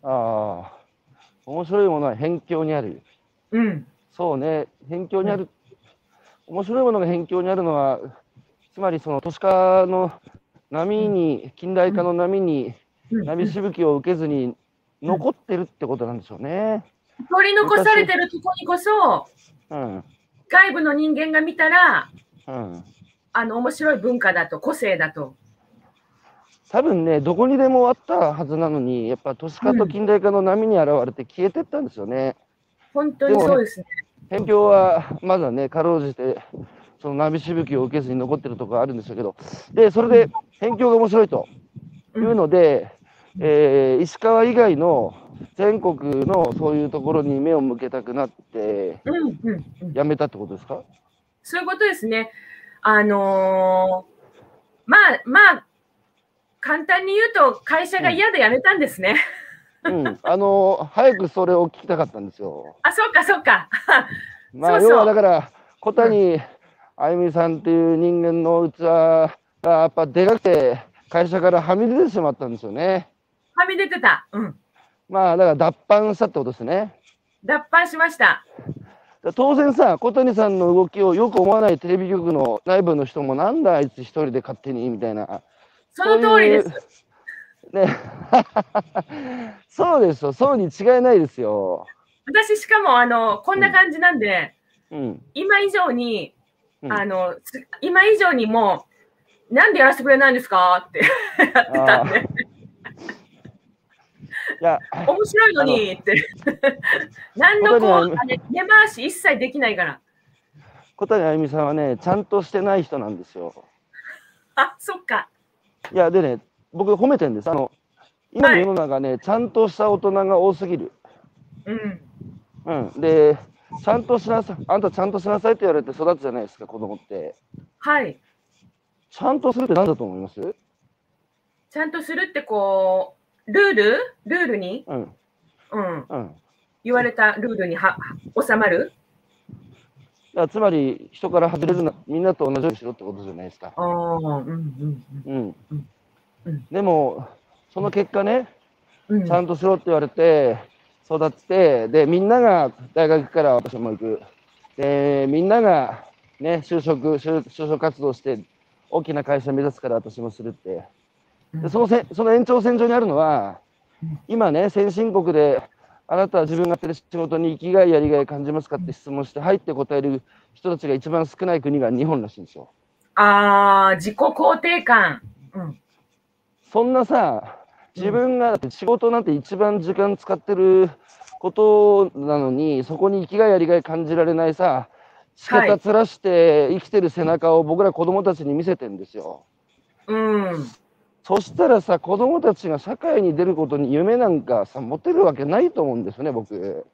Speaker 1: あ、面白いものは辺境にある。
Speaker 2: うん。
Speaker 1: そうね、辺境にある。面白いものが辺境にあるのは、つまりその都市化の波に、近代化の波に、
Speaker 2: うん
Speaker 1: 波しぶきを受けずに残ってるってことなんでしょうね。
Speaker 2: 取り残されてるとこにこそ、
Speaker 1: うん、
Speaker 2: 外部の人間が見たら、
Speaker 1: うん。
Speaker 2: あの、面白い文化だと、個性だと。
Speaker 1: 多分ね、どこにでもあったはずなのに、やっぱ都市化と近代化の波に現れて消えてったんですよね。
Speaker 2: 本当にそうですね。
Speaker 1: 辺境はまだね、かろうじて、その波しぶきを受けずに残ってるところあるんでしょうけど、で、それで辺境が面白いとい
Speaker 2: うん
Speaker 1: うので、えー石川以外の全国のそういうところに目を向けたくなって、
Speaker 2: うんうんうん、
Speaker 1: やめたってことですか
Speaker 2: そういうことですね。あのーまあまあ、簡単に言うと、会社が嫌で辞めたんですね。
Speaker 1: うん、あの、早くそれを聞きたかったんですよ。
Speaker 2: あ、そうか、そうか。
Speaker 1: まあ、
Speaker 2: そうそう
Speaker 1: 要はだから、小谷あゆみさんっていう人間の器がやっぱでかくて、会社からはみ出てしまったんですよね。
Speaker 2: はみ出てた。うん。
Speaker 1: まあ、だから脱藩したってことですね。
Speaker 2: 脱藩しました。
Speaker 1: 当然さ、小谷さんの動きをよく思わないテレビ局の内部の人も、なんだあいつ一人で勝手にみたいな、
Speaker 2: その通りです。
Speaker 1: そういう。ね、 そうですよ、そうに違いないですよ。
Speaker 2: 私、しかも、あの、こんな感じなんで、
Speaker 1: うん、
Speaker 2: 今以上に、
Speaker 1: うん
Speaker 2: あの、す今以上にもう、なんでやらせてくれないんですかってやってたんで、
Speaker 1: いや、
Speaker 2: 面白いのにって。 何のこ
Speaker 1: 本当
Speaker 2: う
Speaker 1: に、
Speaker 2: あれ、根回し一切できないから。
Speaker 1: 小谷あゆみさんはね、ちゃんとしてない人なんですよ。
Speaker 2: あ、そっか。
Speaker 1: いや、でね、僕、褒めてるんです。あの今の
Speaker 2: はい
Speaker 1: 世の中ね、ちゃんとした大人が多すぎる。
Speaker 2: うん。
Speaker 1: うん、で、ちゃんとしなさい、あんたちゃんとしなさいって言われて育つじゃないですか、子供って。
Speaker 2: はい。
Speaker 1: ちゃんとするって何だと思います
Speaker 2: ちゃんとするってこう、ルールルールに、
Speaker 1: うん、
Speaker 2: うん、
Speaker 1: うん。
Speaker 2: 言われたルールにはは収まる
Speaker 1: だからつまり、人から外れるな、みんなと同じようにしろってことじゃないですか。
Speaker 2: おーうんうん
Speaker 1: うん
Speaker 2: うんうん。
Speaker 1: でも、その結果ね、
Speaker 2: うん。
Speaker 1: ちゃんとしろって言われて、育って、で、みんなが大学から私も行く。で、みんながね、就職、就就職活動して、大きな会社目指すから私もするって。
Speaker 2: うん
Speaker 1: でそのせその延長線上にあるのは、今ね、先進国で、あなたは自分がやってる仕事に生きがい、やりがい感じますかって質問して、はいって答える人たちが一番少ない国が日本らしいんですよ。
Speaker 2: ああ、自己肯定感。うん。
Speaker 1: そんなさ、自分がだって仕事なんて一番時間使ってることなのに、そこに生きがいやりがい感じられないさ、仕
Speaker 2: はい
Speaker 1: 方つらして生きてる背中を僕ら子供たちに見せてんですよ。
Speaker 2: うん。
Speaker 1: そしたらさ、子供たちが社会に出ることに夢なんかさ、持てるわけないと思うんですよね、僕。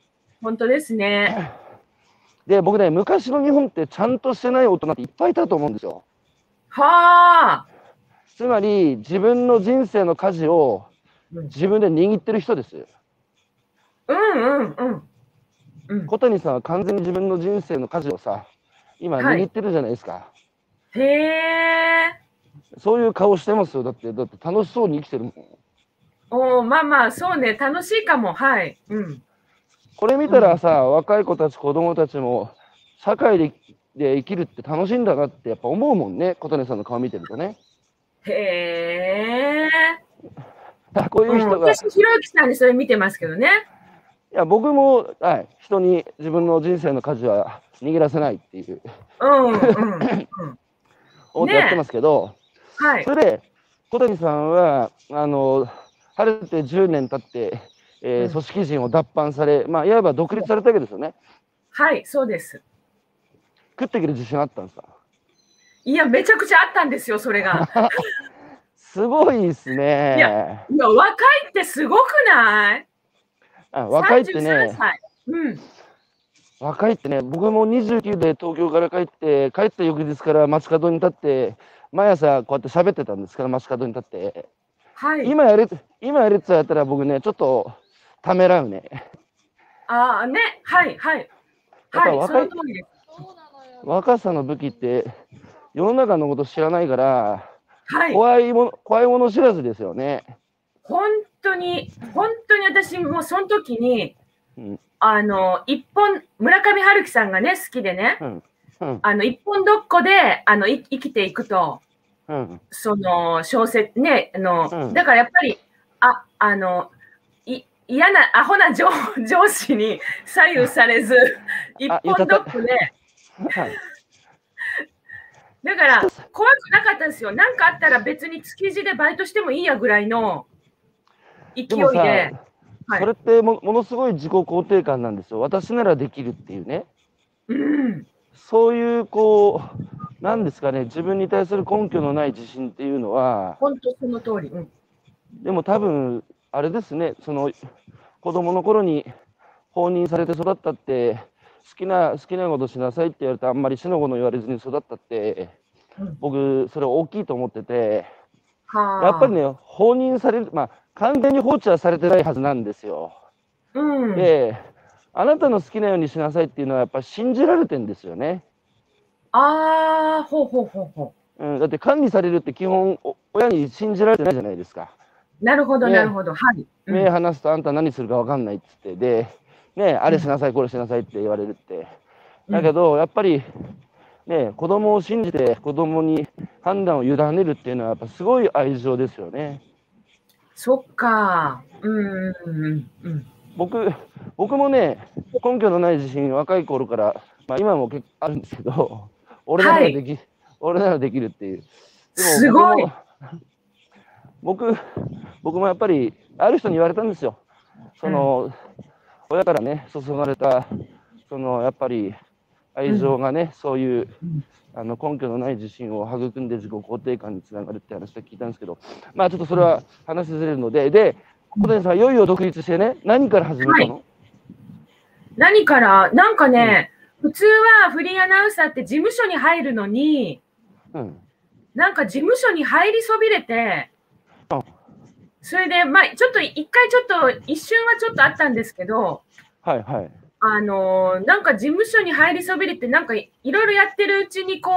Speaker 2: 本当ですね。
Speaker 1: で、僕ね、昔の日本ってちゃんとしてない大人っていっぱいいたと思うんですよ。
Speaker 2: はあ。
Speaker 1: つまり、自分の人生の舵を
Speaker 2: うん
Speaker 1: 自分で握ってる人です。
Speaker 2: うんうんうん。うん。
Speaker 1: 小谷さんは完全に自分の人生の舵をさ、今
Speaker 2: はい
Speaker 1: 握ってるじゃないですか。
Speaker 2: へえ。
Speaker 1: そういう顔してますよ。だって、だって楽しそうに生きてるもん。
Speaker 2: おーまあまあ、そうね。楽しいかも。はい。うん。
Speaker 1: これ見たらさ、若い子たち、子供たちも、社会でで生きるって楽しいんだなってやっぱ思うもんね。小谷さんの顔見てるとね。
Speaker 2: へえ。
Speaker 1: こう
Speaker 2: う、
Speaker 1: いうん人が、い
Speaker 2: 私、ひろゆきさんにそれ見てますけどね。
Speaker 1: や、僕も、はい、人に自分の人生の舵は握らせないっていう、
Speaker 2: うんうん。うん
Speaker 1: 思ってやってますけど、
Speaker 2: はい。
Speaker 1: それで小谷さんはあの晴れて10年経って、えー
Speaker 2: うん
Speaker 1: 組織人を脱藩され、まあ、いわば独立されたわけですよね
Speaker 2: はい、そうです。
Speaker 1: 食ってくる自信あったんですか
Speaker 2: いや、めちゃくちゃあったんですよ、それ が。
Speaker 1: すごいです
Speaker 2: い
Speaker 1: ね
Speaker 2: いや、若いってすごくない
Speaker 1: あ若いって
Speaker 2: 33
Speaker 1: ね
Speaker 2: 歳。うん。
Speaker 1: 若いってね僕も29で東京から帰って帰った翌日から街角に立って毎朝こうやって喋ってたんですから街角に立って
Speaker 2: はい。
Speaker 1: 今やれ今やれって言われたら僕ねちょっとためらうね
Speaker 2: ああね、はいはい。
Speaker 1: やっぱ
Speaker 2: はい、そ
Speaker 1: 若
Speaker 2: の
Speaker 1: い
Speaker 2: 通りです。
Speaker 1: 若さの武器って世の中のこと知らないから
Speaker 2: はい。
Speaker 1: 怖いもの、怖いもの知らずですよね。
Speaker 2: 本当に、本当に私もその時に、
Speaker 1: うん
Speaker 2: あの、一本、村上春樹さんがね、好きでね、
Speaker 1: うん、
Speaker 2: あの、一本どっこで、あの、い生きていくと、
Speaker 1: うん、
Speaker 2: その、小説、ね、あの、
Speaker 1: うん
Speaker 2: だからやっぱり、あ、あの、い嫌な、アホな上上司に左右されず、一
Speaker 1: あ
Speaker 2: 本ドックで、
Speaker 1: はい。
Speaker 2: だから怖くなかったんですよ。なんかあったら別に築地でバイトしてもいいやぐらいの勢い
Speaker 1: で
Speaker 2: で。
Speaker 1: もさ、
Speaker 2: はい
Speaker 1: それってもものすごい自己肯定感なんですよ。私ならできるっていうね。
Speaker 2: うん、
Speaker 1: そういうこう、なんですかね、自分に対する根拠のない自信っていうのは、
Speaker 2: 本当その通り。うん、
Speaker 1: でも多分あれですね。その子供の頃に放任されて育ったって。好きな好きなことしなさいって言われてあんまり死の子の言われずに育ったって
Speaker 2: うん
Speaker 1: 僕それ大きいと思ってて
Speaker 2: はあ
Speaker 1: やっぱり、ね、放任される、まあ、完全に放置はされてないはずなんですよ。
Speaker 2: うん、
Speaker 1: で、あなたの好きなようにしなさいっていうのは、やっぱり信じられてんですよね。
Speaker 2: ああ、ほうほうほうほ
Speaker 1: うん、だって管理されるって基本、お親に信じられてないじゃないですか。
Speaker 2: う。なるほど、
Speaker 1: ね
Speaker 2: なるほど。はい。うん
Speaker 1: 目離すとあんた何するか分かんないっつって、で、ね、あれしなさい、これしなさいって言われるって。だけど、やっぱり、ね、子供を信じて子供に判断を委ねるっていうのは、やっぱすごい愛情ですよね。
Speaker 2: そっか。うん、うん、うん。
Speaker 1: 僕僕もね根拠のない自信若い頃から、まあ、今も結構あるんですけど 俺ならでき、俺ならできるっていう
Speaker 2: すごい
Speaker 1: 僕も僕僕もやっぱりある人に言われたんですよその、親からね注がれたそのやっぱり愛情がね、そういう
Speaker 2: うん
Speaker 1: あの根拠のない自信を育んで自己肯定感につながるって話を聞いたんですけどまあちょっとそれは話ずれるのでで小谷さんはいよいよ独立してね何から始めたの、
Speaker 2: はい何から、なんかね、普通はフリーアナウンサーって事務所に入るのに、
Speaker 1: うん
Speaker 2: なんか事務所に入りそびれて
Speaker 1: あ、
Speaker 2: それで、まあ、ちょっと一回ちょっと、一瞬はちょっとあったんですけど、
Speaker 1: はいはい。
Speaker 2: あのーなんか事務所に入りそびれて、なんかいいろいろやってるうちに、こ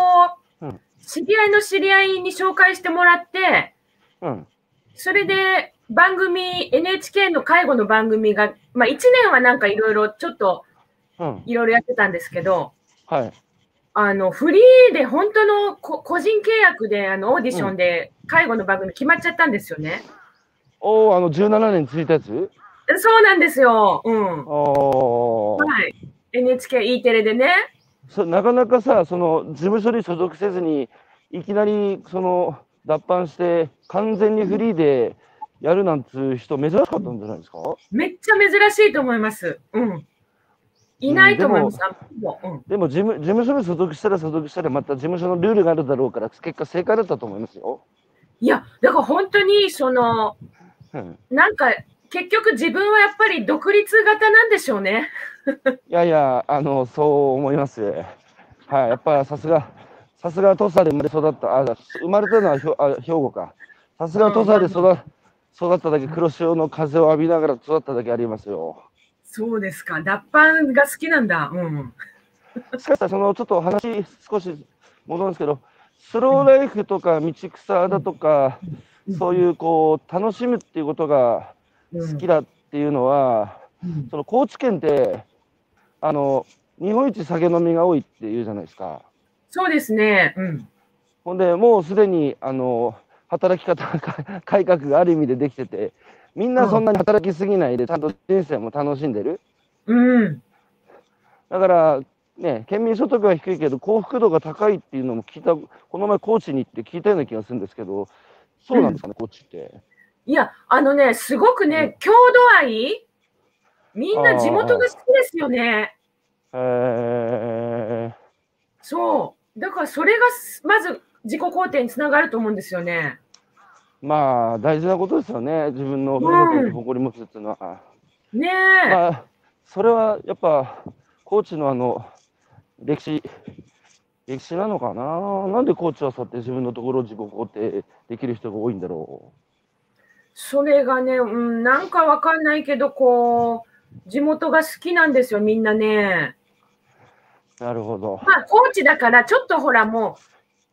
Speaker 2: う、
Speaker 1: うん
Speaker 2: 知り合いの知り合いに紹介してもらって、
Speaker 1: うん。
Speaker 2: それで番組、NHK の介護の番組が、まあ、1年はなんかいろいろ、ちょっと
Speaker 1: うん。
Speaker 2: いろいろやってたんですけど、
Speaker 1: はい。
Speaker 2: あのフリーで本当のこ個人契約であのオーディションで介護の番組決まっちゃったんですよね。
Speaker 1: おお、あの、17年続いたやつ
Speaker 2: そうなんですよ。うん。は
Speaker 1: おー
Speaker 2: い。NHKE テレでね。
Speaker 1: そなかなかさ、その、事務所に所属せずに、いきなり、その、脱藩して、完全にフリーでやるなんつう人、珍しかったんじゃないですか
Speaker 2: めっちゃ珍しいと思います。うん。いないと思います。あもううん、
Speaker 1: でも事務、事務所に所属したら所属したら、また事務所のルールがあるだろうから、結果正解だったと思いますよ。
Speaker 2: いや、だから本当に、その、
Speaker 1: うん
Speaker 2: なんか、結局自分はやっぱり独立型なんでしょうね。
Speaker 1: いやいや、あの、そう思います。はい、やっぱさすが、さすが土佐で生まれ育った、あ、生まれたのはひょあ兵庫か。さすが土佐で育育っただけ、黒潮の風を浴びながら育っただけありますよ。
Speaker 2: そうですか。脱藩が好きなんだ。うん。
Speaker 1: しかしさ、その、ちょっとお話、少し戻るんですけど、スローライフとか、道草だとか、そういう、こう、楽しむっていうことが
Speaker 2: うん
Speaker 1: 好きだっていうのは、
Speaker 2: うん
Speaker 1: その高知県って、あの、日本一酒飲みが多いっていうじゃないですか。
Speaker 2: そうですね。うん。
Speaker 1: ほんでもうすでにあの働き方か改革があ る意味でできててみんなそんなに働きすぎないでちゃんと人生も楽しんでる
Speaker 2: うん。
Speaker 1: だからね県民所得は低いけど幸福度が高いっていうのも聞いたこの前高知に行って聞いたような気がするんですけどそうなんですかね、高知って
Speaker 2: いや、あのね、すごくね、郷土愛みんな地元が好きですよね。
Speaker 1: えー、
Speaker 2: そう。だからそれがすまず自己肯定につながると思うんですよね。
Speaker 1: まあ大事なことですよね自分のふるさとに誇り持つっていうのは、
Speaker 2: ねえ。
Speaker 1: まあそれはやっぱ高知のあの歴史歴史なのかななんで高知はそうやって自分のところを自己肯定できる人が多いんだろ
Speaker 2: それがね、うん、なんかわかんないけど、こう、地元が好きなんですよ、みんなね。
Speaker 1: うなるほど
Speaker 2: まあ、高知だから、ちょっとほら、も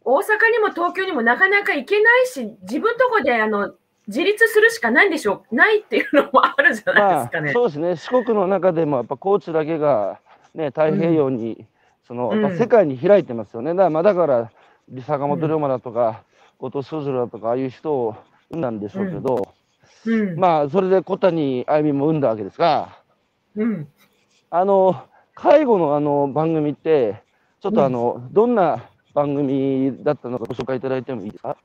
Speaker 2: う、大阪にも東京にもなかなか行けないし、自分とこで、あの、自立するしかないんでしょう、ないっていうのもあるじゃない
Speaker 1: ま
Speaker 2: です
Speaker 1: あ
Speaker 2: かね。
Speaker 1: そうですね四国の中でもやっぱ高知だけがね太平洋に、そのやっ
Speaker 2: うん
Speaker 1: ぱ世界に開いてますよねだからまあだから坂本龍馬だとか、後藤宗次郎だとかああいう人を生んだんでしょうけど、
Speaker 2: うん。
Speaker 1: まあそれで小谷あゆみも生んだわけですが。
Speaker 2: うん。
Speaker 1: あの介護のあの番組って、ちょっとあの、どんな番組だったのかご紹介いただいてもいいですか。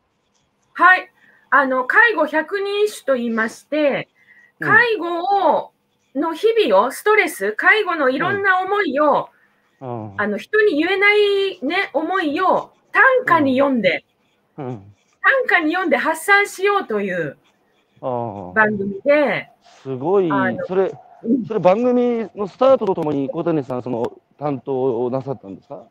Speaker 2: はい。あの、介護百人一首と言いまして、
Speaker 1: うん
Speaker 2: 介護を、の日々を、ストレス、介護のいろんな思いを、
Speaker 1: うん
Speaker 2: あの人に言えないね思いを短歌に読んで、
Speaker 1: うん
Speaker 2: 短歌に読んで発散しようという
Speaker 1: ああ
Speaker 2: 番組で、
Speaker 1: すごい
Speaker 2: あの、
Speaker 1: それ、それ番組のスタートとともに、小谷さん、その担当をなさったんですか。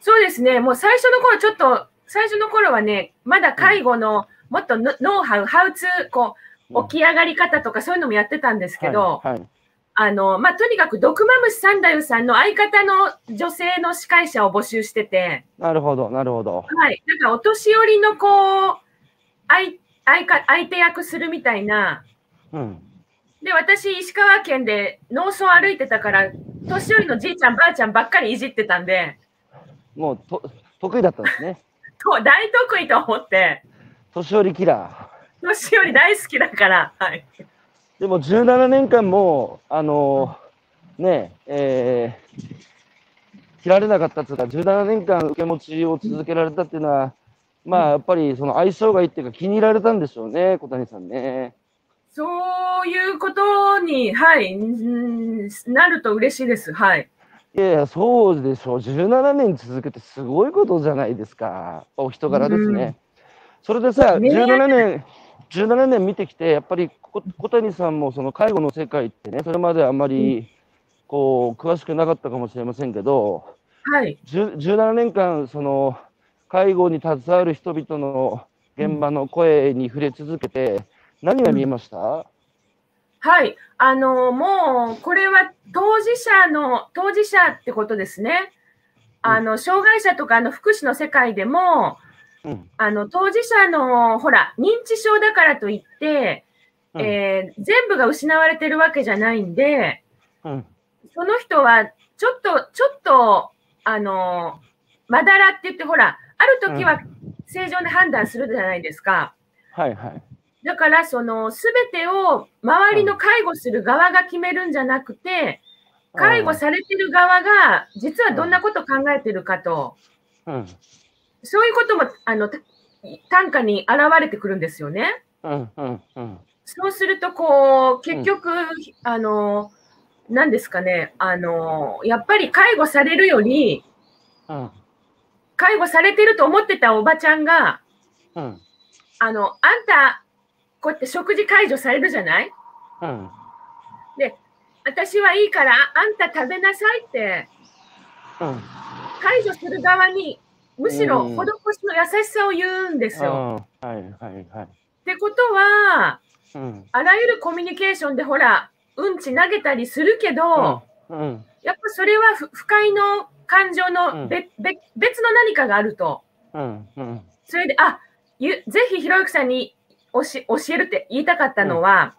Speaker 2: そうですね、もう最初の頃ちょっと最初の頃はね、まだ介護のもっとノノウハウ、ハウツー、こう起き上がり方とかそういうのもやってたんですけど、
Speaker 1: はいはい
Speaker 2: あのまあとにかく毒マムシ三太夫さんの相方の女性の司会者を募集してて。
Speaker 1: なるほど、なるほど。
Speaker 2: はい、なんかお年寄りのこう相相か相手役するみたいな
Speaker 1: うん。
Speaker 2: で私石川県で農村歩いてたから年寄りのじいちゃんばあちゃんばっかりいじってたんで
Speaker 1: もう、と、得意だったんですね。
Speaker 2: と大得意と思って
Speaker 1: 年寄りキラ
Speaker 2: 年寄り大好きだから、はい、
Speaker 1: ー。でも、17年間も、あのねえ、えー切られなかったっていうか、17年間受け持ちを続けられたっていうのは、まあやっぱりその相性がいいっていうか気に入られたんでしょうね、小谷さんね。
Speaker 2: そういうことに、はい、んなると嬉しいです。はい
Speaker 1: いやいや、そうでしょう、17年続けてすごいことじゃないですか、お人柄ですね。
Speaker 2: うん
Speaker 1: それでさ、
Speaker 2: ねえ
Speaker 1: 17年、17年見てきて、やっぱりこ小谷さんもその介護の世界ってね、それまであんまりこう詳しくなかったかもしれませんけど、
Speaker 2: はい
Speaker 1: 10 17年間その介護に携わる人々の現場の声に触れ続けて何が見えました、
Speaker 2: はい、あのもうこれは当事者の当事者ってことですね。あの障害者とかあの福祉の世界でも
Speaker 1: うん
Speaker 2: あの当事者のほら認知症だからといって、
Speaker 1: うん
Speaker 2: えー全部が失われてるわけじゃないんで
Speaker 1: うん
Speaker 2: その人はちょっとちょっとあのまだらって言ってほらある時は正常な判断するじゃないですか。
Speaker 1: はいはい
Speaker 2: だから、その、すべてを周りの介護する側が決めるんじゃなくて、介護されてる側が、実はどんなこと考えてるかと、
Speaker 1: うん
Speaker 2: そういうことも、あの、た短歌に現れてくるんですよね。
Speaker 1: うんうんうん
Speaker 2: そうすると、こう、結局、あの、何ですかね、あの、やっぱり介護されるより、
Speaker 1: うん
Speaker 2: 介護されてると思ってたおばちゃんが、
Speaker 1: うん
Speaker 2: あの、あんた、こうやって食事介助されるじゃない
Speaker 1: うん
Speaker 2: 私はいいからあんた食べなさいって
Speaker 1: うん
Speaker 2: 解除する側にむしろ
Speaker 1: う
Speaker 2: 施
Speaker 1: ん
Speaker 2: しの優しさを言うんですよ。
Speaker 1: ああはいはいはい。
Speaker 2: ってことは
Speaker 1: うん。
Speaker 2: あらゆるコミュニケーションでほらうんち投げたりするけど、
Speaker 1: うん。
Speaker 2: やっぱそれは不不快の感情のべ、べ別の何かがあると
Speaker 1: うん。うん。
Speaker 2: それであゆぜひひろゆきさんに教え教えるって言いたかったのは、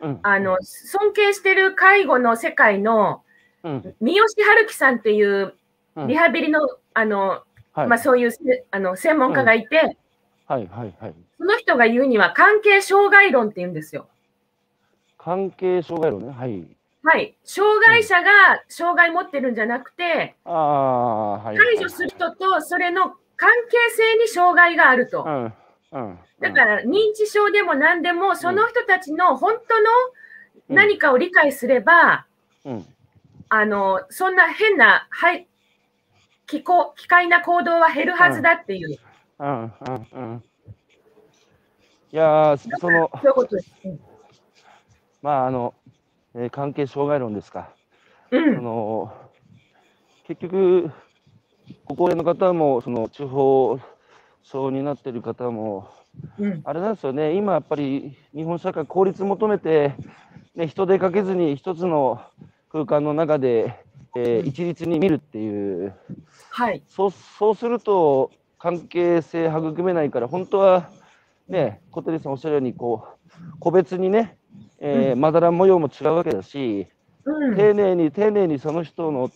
Speaker 1: うん。
Speaker 2: あの尊敬してる介護の世界の
Speaker 1: うん。
Speaker 2: 三好春樹さんっていう
Speaker 1: うん
Speaker 2: リハビリの,、あの
Speaker 1: はい。
Speaker 2: まあ、そういうせあの専門家がいて、
Speaker 1: はいはいはい。
Speaker 2: その人が言うには関係障害論って言うんですよ。
Speaker 1: 関係障害論ね。はい。
Speaker 2: はい、障害者が障害持ってるんじゃなくて、
Speaker 1: ああ、はい。
Speaker 2: 介助する人とそれの関係性に障害があると
Speaker 1: う。ん。うん。、
Speaker 2: だからら認知症でも何でもその人たちの本当の
Speaker 1: うん
Speaker 2: 何かを理解すれば、
Speaker 1: うん。
Speaker 2: あのそんな変な、はい、気候機械な行動は減るはずだっていう、
Speaker 1: うん。うん。うん。いやー、その、
Speaker 2: そういうことです。うん
Speaker 1: まあ、あの、えー関係障害論ですか。
Speaker 2: うん
Speaker 1: その結局、ご高齢の方も、その地方症になっている方も、
Speaker 2: うん
Speaker 1: あれなんですよね、今やっぱり日本社会、効率求めて、ね、人出かけずに一つの空間の中で、えー一律に見るっていう、
Speaker 2: はい、
Speaker 1: そうそうすると関係性育めないから、本当はね、小鳥さんおっしゃるようにこう、個別にね、えーまだら模様も違うわけだし、
Speaker 2: うん
Speaker 1: 丁寧に丁寧にその人の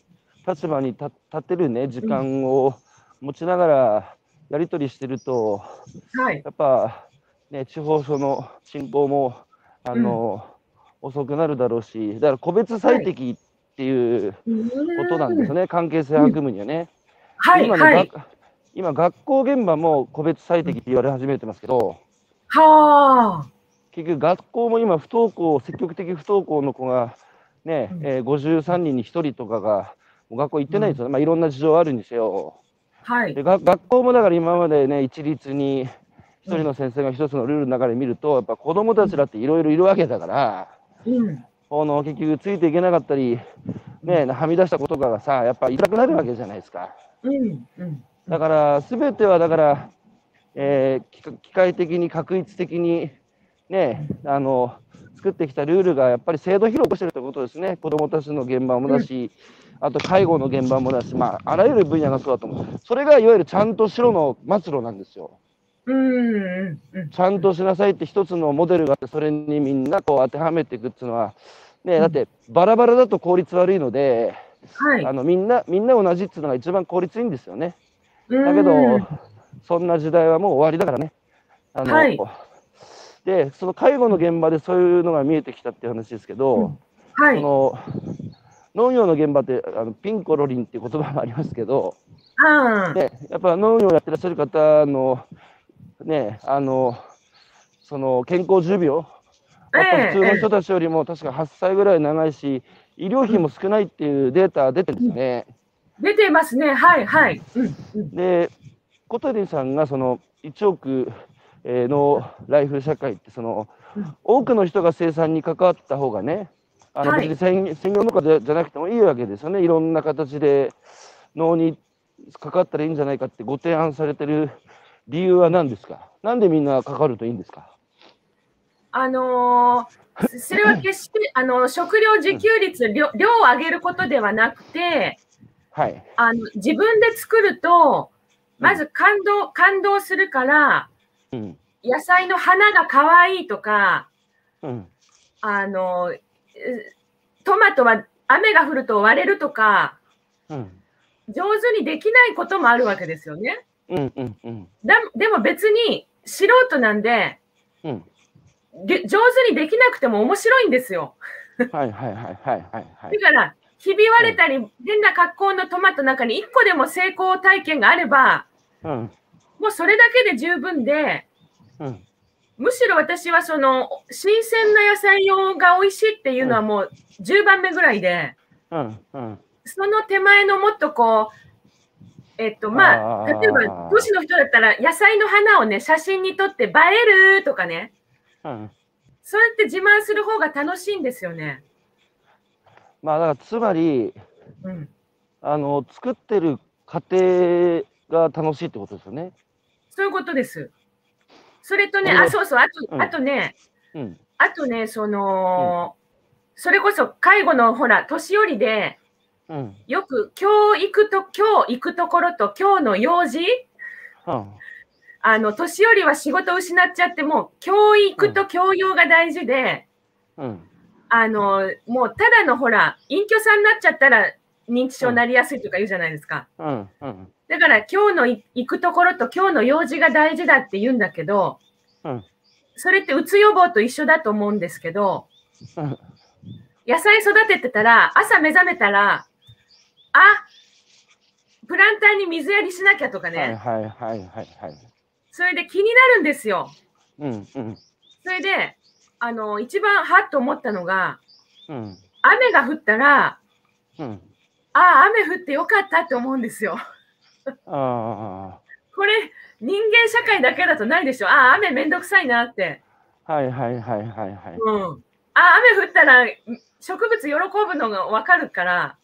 Speaker 1: 立場に立立てるね、時間を持ちながらやり取りしてると、
Speaker 2: はい
Speaker 1: やっぱ、ね、地方その進行もあの、遅くなるだろうし、だから個別最適っていうことなんです
Speaker 2: ね。
Speaker 1: ね、関係性悪夢にはね。
Speaker 2: はい、
Speaker 1: 今ね
Speaker 2: はい、
Speaker 1: が今、学校現場も個別最適って言われ始めてますけど、
Speaker 2: はあ。
Speaker 1: 結局、学校も今、不登校、積極的不登校の子が、ね
Speaker 2: うん
Speaker 1: えー53人に1人とかが、もう学校行ってないんですよね、まあ、いろんな事情あるにせよ。
Speaker 2: はい。
Speaker 1: でが学校もだから今までね一律に一人の先生が一つのルールの中で見るとやっぱ子どもたちだっていろいろいるわけだから
Speaker 2: うん。
Speaker 1: この結局ついていけなかったり、ね、はみ出したことからさやっぱ痛くなるわけじゃないですか
Speaker 2: うん。うん。
Speaker 1: だから全てはだから、えー機械機械的に確一的にねあの作ってきたルールがやっぱり制度広くしてるってことですね子どもたちの現場もだし、あと介護の現場もだし、まあ、あらゆる分野がそうだと思うそれがいわゆるちゃんとしろの末路なんですよ。
Speaker 2: うん。うん。
Speaker 1: ちゃんとしなさいって一つのモデルがあってそれにみんなこう当てはめていくっていうのは、ね、だってバラバラだと効率悪いので、
Speaker 2: はい。
Speaker 1: あのみんなみんな同じっていうのが一番効率いいんですよね。だ
Speaker 2: だ
Speaker 1: けど、そんな時代はもう終わりだからね。あの
Speaker 2: はい
Speaker 1: でその介護の現場でそういうのが見えてきたっていう話ですけど、
Speaker 2: は
Speaker 1: そ
Speaker 2: い。
Speaker 1: の農業の現場ってあのピンコロリンっていう言葉もありますけど、
Speaker 2: あ
Speaker 1: ね、やっぱ農業やってらっしゃる方の、ね、あの、その健康寿命、やっぱ普通の人たちよりも確か8歳ぐらい長いし、医療費も少ないっていうデータ出てるんですよね。
Speaker 2: 出てますね。はい。はい。うん。うん。
Speaker 1: で、小鳥さんがその1億えーのライフ社会って、その
Speaker 2: うん
Speaker 1: 多くの人が生産に関わった方がね、あの
Speaker 2: は
Speaker 1: 別
Speaker 2: い
Speaker 1: に専専業農家じゃじゃなくてもいいわけですよね、いろんな形で農に関わったらいいんじゃないかってご提案されてる理由は何ですかなんでみんな関わるといいんですか
Speaker 2: あのーそれは決して、あの、食料自給率、量量を上げることではなくて、
Speaker 1: はい。
Speaker 2: あの、自分で作ると、まず感動、感動するから、
Speaker 1: うん。
Speaker 2: 野菜の花が可愛いとか、
Speaker 1: うん。
Speaker 2: あの、えトマトは雨が降ると割れるとか、
Speaker 1: うん。
Speaker 2: 上手にできないこともあるわけですよね。
Speaker 1: うん。うん。うん。
Speaker 2: だでも別に素人なんで、
Speaker 1: うん。
Speaker 2: で上手にできなくても面白いんですよ。
Speaker 1: はいはいはいはいはいはい
Speaker 2: だ。から、ひび割れたり、変な格好のトマトの中に1個でも成功体験があれば、
Speaker 1: うん。
Speaker 2: もうそれだけで十分で、
Speaker 1: うん。
Speaker 2: むしろ私はその、新鮮な野菜用が美味しいっていうのはもう10番目ぐらいで、
Speaker 1: うん。うん。
Speaker 2: その手前のもっとこう、えっと、ま
Speaker 1: あ
Speaker 2: あ、
Speaker 1: ー
Speaker 2: 例えば、都市の人だったら、野菜の花をね、写真に撮って映えるとかね、
Speaker 1: うん。
Speaker 2: そうやって自慢する方が楽しいんですよね。
Speaker 1: まあ、だから、つまり、
Speaker 2: うん。
Speaker 1: あの、作ってる過程が楽しいってことですよね。
Speaker 2: そういうことです。それとね、
Speaker 1: これは
Speaker 2: あ、そうそう、あ
Speaker 1: うん
Speaker 2: と、あとね、
Speaker 1: うん。
Speaker 2: あとね、その、それこそ介護のほら、年寄りで、
Speaker 1: うん。
Speaker 2: よく今日行くと、今日行くところと今日の用事、
Speaker 1: うん。
Speaker 2: あの、年寄りは仕事を失っちゃって、もう教育と教養が大事で、
Speaker 1: うん。
Speaker 2: あの、もうただのほら、隠居さんになっちゃったら認知症になりやすいとか言うじゃないですか。
Speaker 1: うん。うん。
Speaker 2: だから今日のい行くところと今日の用事が大事だって言うんだけど、
Speaker 1: うん
Speaker 2: それってうつ予防と一緒だと思うんですけど、
Speaker 1: うん
Speaker 2: 野菜育ててたら朝目覚めたらあプランターに水やりしなきゃとかね、
Speaker 1: はいはいはいはいはい。
Speaker 2: それで気になるんですよ。
Speaker 1: うん。うん。
Speaker 2: それであの一番はっと思ったのが
Speaker 1: うん。
Speaker 2: 雨が降ったら
Speaker 1: うん。
Speaker 2: ああ雨降ってよかったって思うんですよ。
Speaker 1: あ
Speaker 2: これ人間社会だけだとないでしょああ雨めんどくさいなって。
Speaker 1: あ。はいはいはいはいはい。
Speaker 2: うん、あ雨降ったら植物喜ぶのが分かるから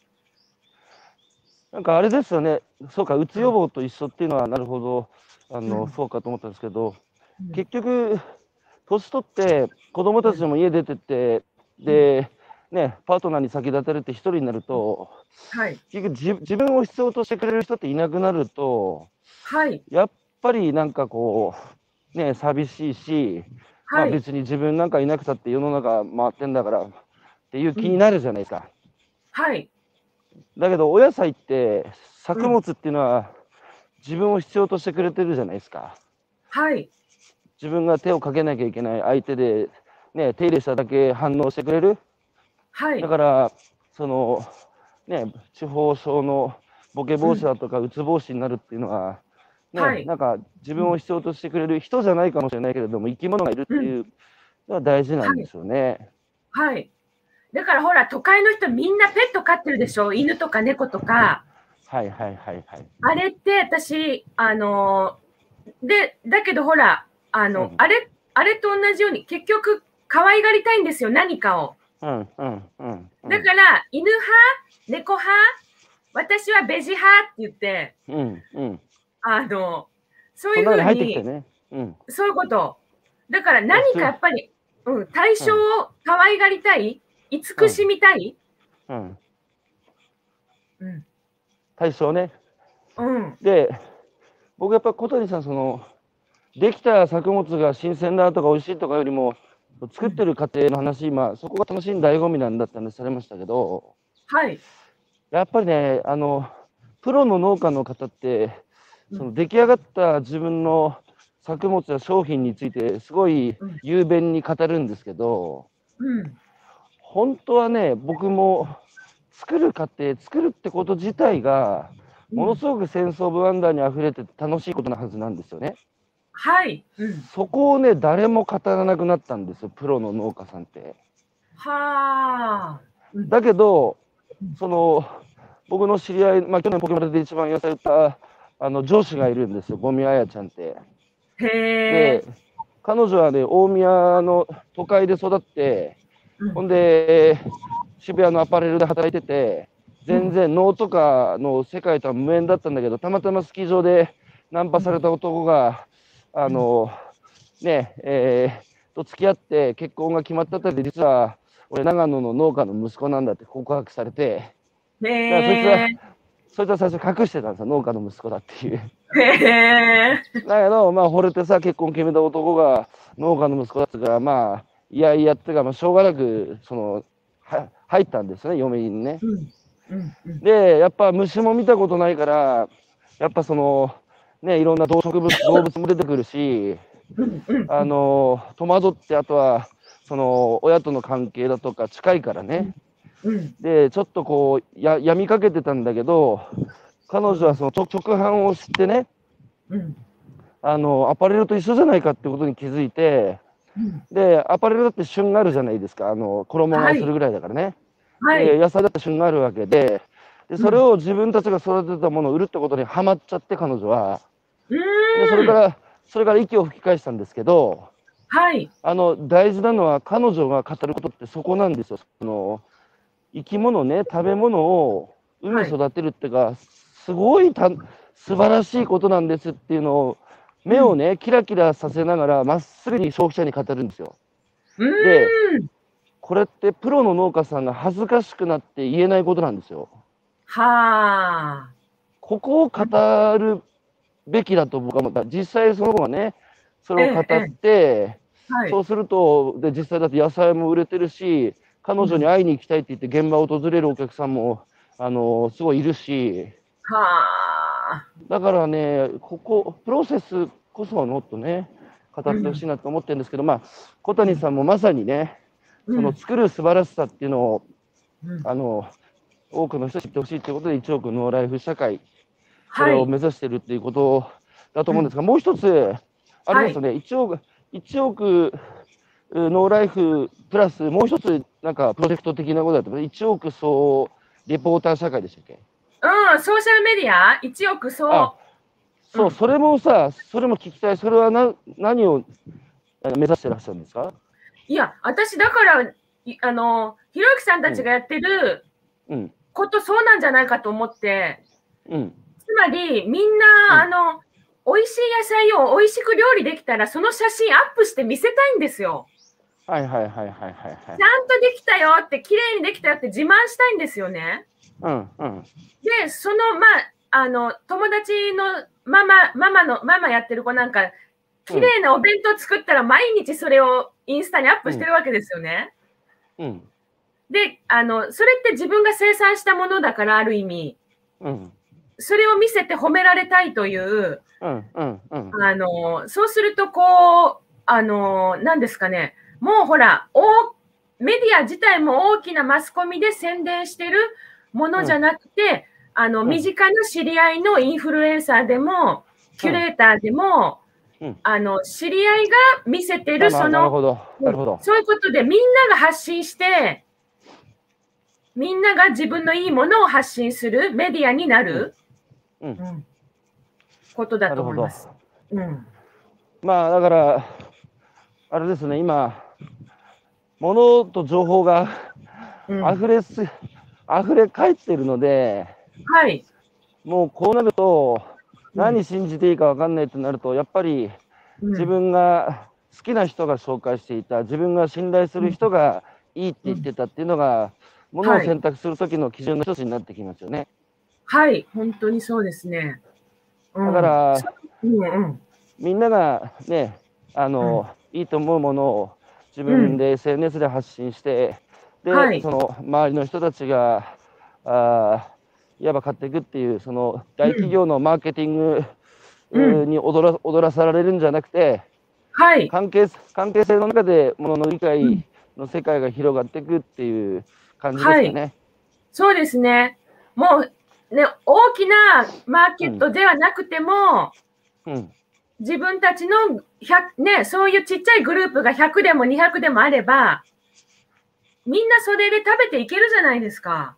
Speaker 1: なんかあれですよね、そうか、うつ予防と一緒っていうのは、なるほど、あの、
Speaker 2: うん
Speaker 1: そうかと思ったんですけど、
Speaker 2: うん
Speaker 1: 結局、年取って、子供たちも家出てって、で、ね、パートナーに先立たれて一人になると、
Speaker 2: はい
Speaker 1: 結局自、自分を必要としてくれる人っていなくなると、
Speaker 2: はい
Speaker 1: やっぱりなんかこう、ね、寂しいし、
Speaker 2: は
Speaker 1: まあ
Speaker 2: い
Speaker 1: 別に自分なんかいなくたって世の中回ってんだからっていう気になるじゃないですか。
Speaker 2: はい
Speaker 1: だけどお野菜って作物っていうのは自分を必要としてくれてるじゃないですか。
Speaker 2: はい
Speaker 1: 自分が手をかけなきゃいけない相手で、ね、手入れしただけ反応してくれる。
Speaker 2: はい
Speaker 1: だからそのね地方症のボケ防止だとかうつ防止になるっていうのは、ね
Speaker 2: はい
Speaker 1: なんか自分を必要としてくれる人じゃないかもしれないけれども生き物がいるっていうのは大事なんですよね。
Speaker 2: はいだからほら都会の人みんなペット飼ってるでしょ犬とか猫とか
Speaker 1: はいはいはいはい。
Speaker 2: あれって私あのーでだけどほらあ
Speaker 1: う
Speaker 2: の、
Speaker 1: ん
Speaker 2: あれあれと同じように結局可愛がりたいんですよ何かを
Speaker 1: うんうんうんうん。
Speaker 2: だから犬派猫派私はベジ派って言って
Speaker 1: うんうん。
Speaker 2: あのそ
Speaker 1: そ
Speaker 2: うい
Speaker 1: ん
Speaker 2: う
Speaker 1: な
Speaker 2: ふ
Speaker 1: の
Speaker 2: う
Speaker 1: 入ってき
Speaker 2: に
Speaker 1: てね。うん
Speaker 2: そういうこと。だから何かやっぱり、うん、対象を可愛がりたい、慈しみたい、
Speaker 1: うん。
Speaker 2: うん、
Speaker 1: 体操ね。
Speaker 2: うん、
Speaker 1: で、僕やっぱ小谷さん、その、できた作物が新鮮だとか美味しいとかよりも、作ってる過程の話、今、そこが楽しい醍醐味なんだって話されましたけど、
Speaker 2: はい、
Speaker 1: やっぱりね、あの、プロの農家の方って、その出来上がった自分の作物や商品について、すごい
Speaker 2: うん
Speaker 1: 雄弁に語るんですけど、
Speaker 2: うん、
Speaker 1: 本当はね、僕も作る過程、作るってこと自体が、ものすごく戦争ブワンダーに溢れてて楽しいことなはずなんですよね。
Speaker 2: はい、うん、
Speaker 1: そこをね、誰も語らなくなったんですよ、プロの農家さんって。
Speaker 2: はあ、
Speaker 1: だけど
Speaker 2: うん、
Speaker 1: その、僕の知り合い、まあ、去年ポケモンで一番野菜売った、あの、上司がいるんですよ、ゴミあやちゃんって。
Speaker 2: へえ
Speaker 1: で、、彼女はね、大宮の都会で育って、
Speaker 2: うん
Speaker 1: ほんで、渋谷のアパレルで働いてて、全然能とかの世界とは無縁だったんだけど、たまたまスキー場でナンパされた男が、あの、ね、えーと付き合って結婚が決まったってで実は俺長野の農家の息子なんだって告白されて
Speaker 2: へ
Speaker 1: そいつは最初隠してたんですよ農家の息子だっていう
Speaker 2: え。へえ。
Speaker 1: だけどまあ惚れてさ結婚決めた男が農家の息子だったからまあいやいやってかまあしょうがなくそのは入ったんですよね嫁にね
Speaker 2: うん。うん。うん。
Speaker 1: でやっぱ虫も見たことないからやっぱそのねいろんな動植物動物も出てくるし
Speaker 2: うん。うん。
Speaker 1: あの戸惑ってあとはその親との関係だとか近いからね
Speaker 2: うん。
Speaker 1: でちょっとこうややみかけてたんだけど彼女はその直直販を知ってね
Speaker 2: うん。
Speaker 1: あのアパレルと一緒じゃないかってことに気づいて
Speaker 2: うん。
Speaker 1: でアパレルだって旬があるじゃないですかあの衣替えするぐらいだからね、
Speaker 2: はい。
Speaker 1: で野菜だって旬があるわけでで
Speaker 2: ん
Speaker 1: それを自分たちが育てたものを売るってことにはまっちゃって彼女は
Speaker 2: う
Speaker 1: でそれ
Speaker 2: ー
Speaker 1: か
Speaker 2: ん。
Speaker 1: らそれから息を吹き返したんですけど
Speaker 2: はい。
Speaker 1: あの大事なのは彼女が語ることってそこなんですよ。その生き物ね食べ物を海
Speaker 2: はい
Speaker 1: に育てるっていうか、すごいた素晴らしいことなんですっていうのを目をね、キラキラさせながらまっすぐに消費者に語るんですよ。
Speaker 2: う
Speaker 1: で
Speaker 2: ーん。
Speaker 1: これってプロの農家さんが恥ずかしくなって言えないことなんですよ。
Speaker 2: はあ。
Speaker 1: ここを語るべきだと僕は思った。実際その子がねそれを語って。
Speaker 2: えはい。
Speaker 1: そうすると、で実際だって野菜も売れてるし、彼女に会いに行きたいって言って現場を訪れるお客さんも、あのすごいいるし、
Speaker 2: はあ。
Speaker 1: だからね、ここ、プロセスこそはもっとね、語ってほしいなと思ってるんですけど、まあ、小谷さんもまさにね、
Speaker 2: う
Speaker 1: その
Speaker 2: ん。
Speaker 1: 作る素晴らしさっていうのを、
Speaker 2: うん
Speaker 1: あの多くの人に知ってほしいということで、1億ノーライフ社会、そ
Speaker 2: は
Speaker 1: れを
Speaker 2: い。
Speaker 1: 目指してるっていうことだと思うんですが、もう一つ、あれですよね、1億、1億うノーライフプラス、もう一つ、なんかプロジェクト的なことだった1億総リポーター社会でしたっけ
Speaker 2: うん。ソーシャルメディア一億
Speaker 1: あ
Speaker 2: 総。
Speaker 1: そうう、
Speaker 2: ん
Speaker 1: それもさ、それも聞きたい、それはな何をあの目指してらっしゃるんですか
Speaker 2: いや、私だから、いあの、ひろゆきさんたちがやってる
Speaker 1: うん、
Speaker 2: ことそうなんじゃないかと思って。
Speaker 1: うん、
Speaker 2: つまり、みんな、あの、美味しい野菜を美味しく料理できたら、その写真アップして見せたいんですよ。
Speaker 1: はいはいはいはいはいはい
Speaker 2: ち。ゃんとできたよって、綺麗にできたよって自慢したいんですよね。
Speaker 1: うん、うん、
Speaker 2: で、その、まあ、あの、友達のママ、ママの、ママやってる子なんか、綺麗なお弁当作ったら毎日それをインスタにアップしてるわけですよね。
Speaker 1: うん、
Speaker 2: で、あの、それって自分が生産したものだから、ある意味。
Speaker 1: うん、
Speaker 2: それを見せて褒められたいという、
Speaker 1: うん、うん、うん、
Speaker 2: あのそうするとこうあの何ですかねもうほら大メディア自体も大きなマスコミで宣伝してるものじゃなくて、あの
Speaker 1: うん
Speaker 2: 身近な知り合いのインフルエンサーでもキュレーターでも、
Speaker 1: うん
Speaker 2: あの知り合いが見せてる
Speaker 1: あ
Speaker 2: そ
Speaker 1: なる
Speaker 2: の
Speaker 1: ほど、なるほど。
Speaker 2: そういうことでみんなが発信してみんなが自分のいいものを発信するメディアになる、
Speaker 1: うんうん
Speaker 2: うんことだと思います。うん
Speaker 1: まあだから、あれですね、今、物と情報が
Speaker 2: うん
Speaker 1: 溢れす、溢れ返ってるので、
Speaker 2: はい。
Speaker 1: もうこうなると、
Speaker 2: うん
Speaker 1: 何信じていいか分かんないとなると、やっぱり自分が好きな人が紹介していた、自分が信頼する人がいいって言ってたっていうのが、ものを選択する時の基準の一つになってきますよね。
Speaker 2: はい、本当にそうですね。うん
Speaker 1: だから、
Speaker 2: うんうん、
Speaker 1: みんながね、あの、いいと思うものを自分で SNS で発信して、で、
Speaker 2: はい
Speaker 1: その周りの人たちが、あーいわば買っていくっていう、その大企業のマーケティング、
Speaker 2: うん
Speaker 1: うーに踊ら踊らされるんじゃなくて、
Speaker 2: はい、
Speaker 1: 関係関係性の中でものの理
Speaker 2: う
Speaker 1: 解
Speaker 2: ん
Speaker 1: の世界が広がっていくっていう感じですかね。
Speaker 2: そうですね。もうね、大きなマーケットではなくても、
Speaker 1: うん、
Speaker 2: 自分たちの100、ね、そういうちっちゃいグループが100でも200でもあれば、みんなそれで食べていけるじゃないですか。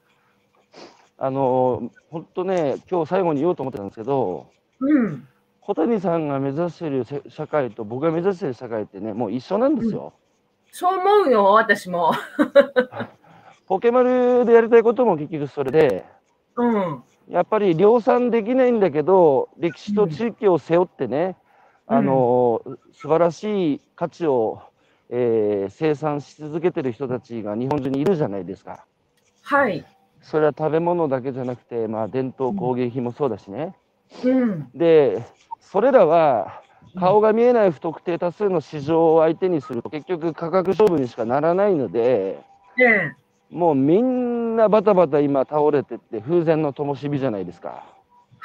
Speaker 1: あの本当ね、今日最後に言おうと思ってたんですけど、
Speaker 2: うん。
Speaker 1: 小谷さんが目指してるせ社会と僕が目指してる社会ってね、もう一緒なんですよ。
Speaker 2: そう思うよ、私も。
Speaker 1: ポケマルでやりたいことも結局それで、
Speaker 2: うん。
Speaker 1: やっぱり量産できないんだけど、歴史と地域を背負ってね、
Speaker 2: うん
Speaker 1: あの素晴らしい価値をえー生産し続けてる人たちが日本中にいるじゃないですか。
Speaker 2: はい。
Speaker 1: それは食べ物だけじゃなくて、まあ、伝統工芸品もそうだしね。
Speaker 2: うん。
Speaker 1: で、それらは顔が見えない不特定多数の市場を相手にすると結局価格勝負にしかならないので、
Speaker 2: ええ。
Speaker 1: もうみんなバタバタ今倒れてって風前の灯火じゃないですか。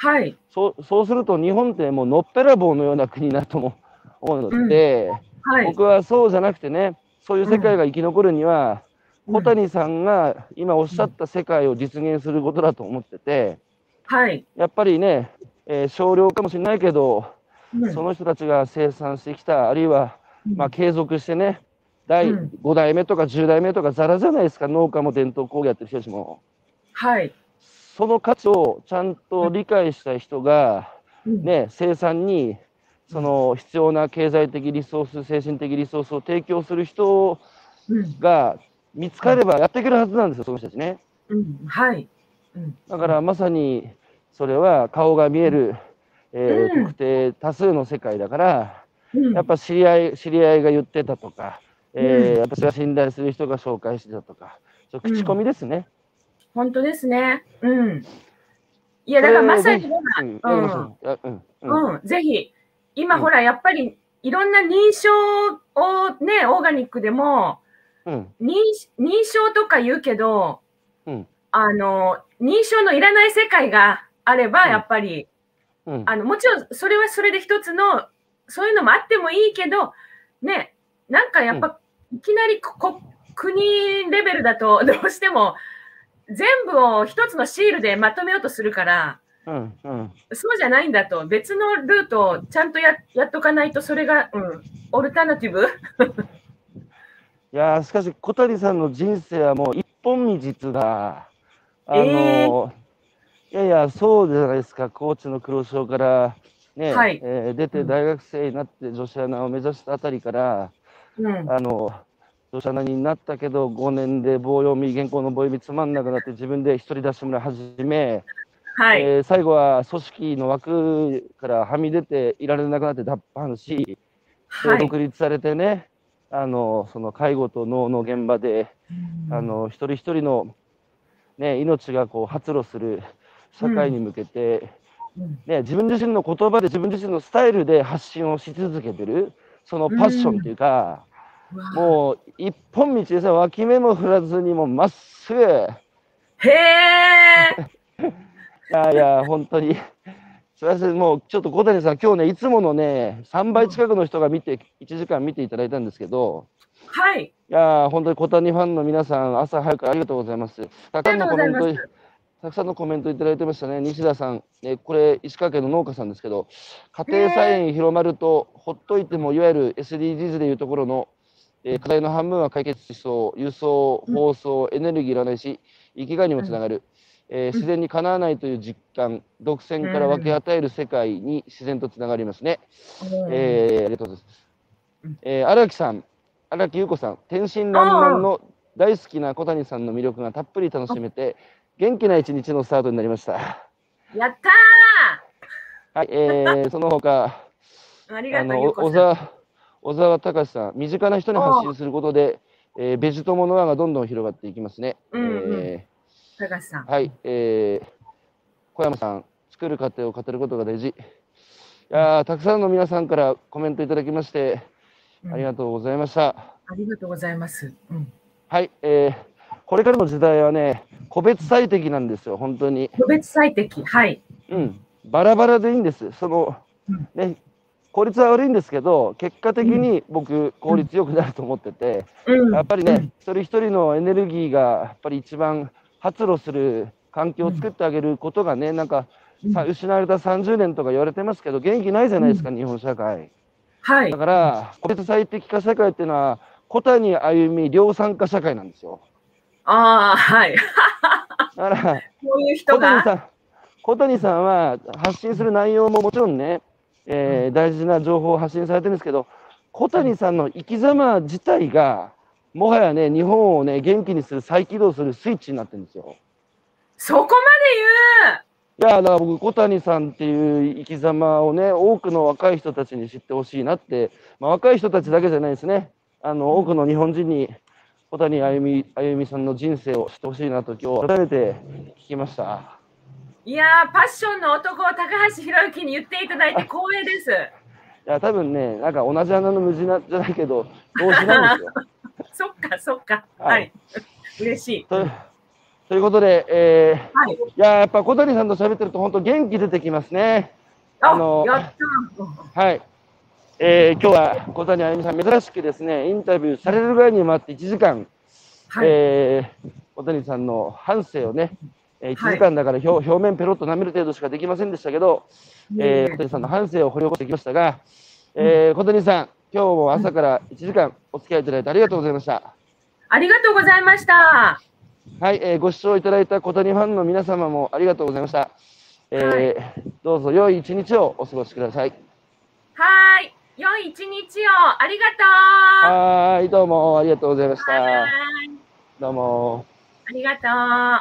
Speaker 2: はい。
Speaker 1: そうそうすると日本ってもうのっぺらぼうのような国だとも思うので、
Speaker 2: はい。
Speaker 1: 僕はそうじゃなくてねそういう世界が生き残るには、小谷さんが今おっしゃった世界を実現することだと思ってて
Speaker 2: はい。
Speaker 1: やっぱりね、えー少量かもしれないけど
Speaker 2: うん
Speaker 1: その人たちが生産してきたあるいはまあ継続してね第
Speaker 2: うん
Speaker 1: 5代目とか10代目とかザラじゃないですか農家も伝統工芸やってる人たちも。
Speaker 2: はい。
Speaker 1: その価値をちゃんと理解した人が、
Speaker 2: うん。
Speaker 1: ね、生産にその必要な経済的リソース、精神的リソースを提供する人
Speaker 2: うん。
Speaker 1: が見つかればやってくるはずなんですよ、その人たちね。
Speaker 2: うん。はい。うん。
Speaker 1: だからまさにそれは顔が見える、えー
Speaker 2: うん
Speaker 1: 特定多数の世界だから、
Speaker 2: うん
Speaker 1: やっぱ知り合い知り合いが言ってたとか、えー
Speaker 2: うん
Speaker 1: 私が信頼する人が紹介してたとか、そう口コミですね。
Speaker 2: 本当ですね。うん。いや、だからまさに、
Speaker 1: うんやりましょうあうんうん
Speaker 2: うん、ぜひ、今
Speaker 1: うん
Speaker 2: ほら、やっぱり、いろんな認証をね、オーガニックでも、
Speaker 1: うん
Speaker 2: 認認証とか言うけど、
Speaker 1: うん
Speaker 2: あの、認証のいらない世界があれば、
Speaker 1: うん
Speaker 2: やっぱり、
Speaker 1: うん
Speaker 2: あの、もちろん、それはそれで一つの、そういうのもあってもいいけど、ね、なんかやっぱ、いきなりここ国レベルだと、どうしても、全部を一つのシールでまとめようとするから、
Speaker 1: うんうん
Speaker 2: そうじゃないんだと、別のルートをちゃんとややっとかないと、それが、うん、オルタナティブ
Speaker 1: いやーしかし小谷さんの人生はもう一本道だ。あのー
Speaker 2: え
Speaker 1: いやいやそうじゃないですか高知の黒潮から、ね
Speaker 2: はい
Speaker 1: えー出て大学生になって女子アナを目指したあたりから、
Speaker 2: うん、
Speaker 1: あの女子アナになったけど5年で棒読み原稿の棒読みつまんなくなって自分で一人出し村始め、
Speaker 2: はい、
Speaker 1: えー最後は組織の枠からはみ出ていられなくなって脱藩し。で
Speaker 2: はい、
Speaker 1: 独立されてね、あのその介護と脳の現場で、あの一人一人の、ね、命がこう発露する社会に向けて、
Speaker 2: うん
Speaker 1: ね、自分自身の言葉で自分自身のスタイルで発信をし続けてるそのパッションというか、
Speaker 2: うわ
Speaker 1: もう一本道ですよ脇目も振らずにもうまっすぐい
Speaker 2: へえ、
Speaker 1: やいや本当に。すみませんもうちょっと小谷さん、今日ね、いつものね、3倍近くの人が見て、1時間見ていただいたんですけど、
Speaker 2: はい、
Speaker 1: いやー、本当に小谷ファンの皆さん、朝早くからありがとうございます。たくさんのコメン
Speaker 2: ありがとうご
Speaker 1: ト
Speaker 2: ざいま、
Speaker 1: たくさんのコメントいただいてましたね。西田さん、えーこれ、石川県の農家さんですけど、家庭菜園広まると、ほっといても、いわゆる SDGs でいうところの、えー課題の半分は解決しそう、輸送、
Speaker 2: うん
Speaker 1: 包装、エネルギーいらないし、生きがいにもつながる、えー自然にかなわないという実感、独占から分け与える世界に自然とつながりますね。
Speaker 2: うん
Speaker 1: えー、ありがとうございます
Speaker 2: うん。
Speaker 1: えー、荒木さん、荒木優子さん、天真爛漫の大好きな小谷さんの魅力がたっぷり楽しめて、元気な一日のスタートになりました。
Speaker 2: やった
Speaker 1: はい、え ー、その他、
Speaker 2: ーあり
Speaker 1: あ
Speaker 2: がとう
Speaker 1: の、
Speaker 2: ゆう
Speaker 1: お
Speaker 2: こ
Speaker 1: 小
Speaker 2: さん。
Speaker 1: 沢、小沢隆さん、身近な人に発信することで、えー、ベジトモの輪がどんどん広がっていきますね。
Speaker 2: うんうん
Speaker 1: え
Speaker 2: 高橋さん
Speaker 1: ー、はい、えー、小山さん、作る過程を語ることが大事。いやーたくさんの皆さんからコメントいただきまして、
Speaker 2: うん
Speaker 1: ありがとうございました。
Speaker 2: ありがとうございます。うん、
Speaker 1: はい、えーこれからの時代はね、個別最適なんですよ、本当に。
Speaker 2: 個別最適、はい、
Speaker 1: うん、バラバラでいいんです。その
Speaker 2: うん、
Speaker 1: ね、効率は悪いんですけど、結果的に僕、効率良くなると思ってて、
Speaker 2: うん、
Speaker 1: やっぱりね、
Speaker 2: うん
Speaker 1: 一人一人のエネルギーが、やっぱり一番発露する環境を作ってあげることがね、なんか、さ失われた30年とか言われてますけど、元気ないじゃないですか、日本社会。
Speaker 2: はい
Speaker 1: だ、から、個別最適化社会っていうのは、小谷歩み量産化社会なんですよ。
Speaker 2: ああ、はい、
Speaker 1: だから、
Speaker 2: こういう人
Speaker 1: 小谷
Speaker 2: が、
Speaker 1: さん小谷さんは発信する内容ももちろんね、えー大事な情報を発信されてるんですけど小谷さんの生き様自体がもはやね日本をね元気にする再起動するスイッチになってるんですよ。
Speaker 2: そこま
Speaker 1: い
Speaker 2: で
Speaker 1: やだから僕小谷さんっていう生き様をね多くの若い人たちに知ってほしいなって、まあ、若い人たちだけじゃないですねあの多くの日本人に小谷あゆみあゆみさんの人生を知ってほしいなと今日改めて聞きました。
Speaker 2: いやー、パッションの男を高橋宏之に言っていただいて光栄です。
Speaker 1: いや多分ね、なんか同じ穴の無地なじゃないけど、同士なんですよ。
Speaker 2: そっか、そっか。
Speaker 1: は
Speaker 2: はいい。嬉しい。
Speaker 1: とということで、えー
Speaker 2: はい。
Speaker 1: いややっぱ小谷さんと喋ってると本当元気出てきますね。
Speaker 2: あ、
Speaker 1: あの
Speaker 2: やった。
Speaker 1: はい。えー今日は小谷あゆみさん珍しくですねインタビューされるぐらいにもあって1時間、
Speaker 2: はい。
Speaker 1: えー小谷さんの半生をね、えー1時間だから表,、表面ペロッと舐める程度しかできませんでしたけど、
Speaker 2: いえい
Speaker 1: え
Speaker 2: え
Speaker 1: ー小谷さんの半生を掘り起こしてきましたが、えー小谷さん今日も朝から1時間お付き合いいただいてありがとうございました。
Speaker 2: ありがとうございました。
Speaker 1: はい、えーご視聴いただいた小谷ファンの皆様もありがとうございました。えーどうぞ良い一日をお過ごしください。
Speaker 2: はーい。良い一日を。ありがとう。
Speaker 1: はーい、どうもありがとうございまし
Speaker 2: は
Speaker 1: た。
Speaker 2: ーい。
Speaker 1: どうも。
Speaker 2: ありがとう。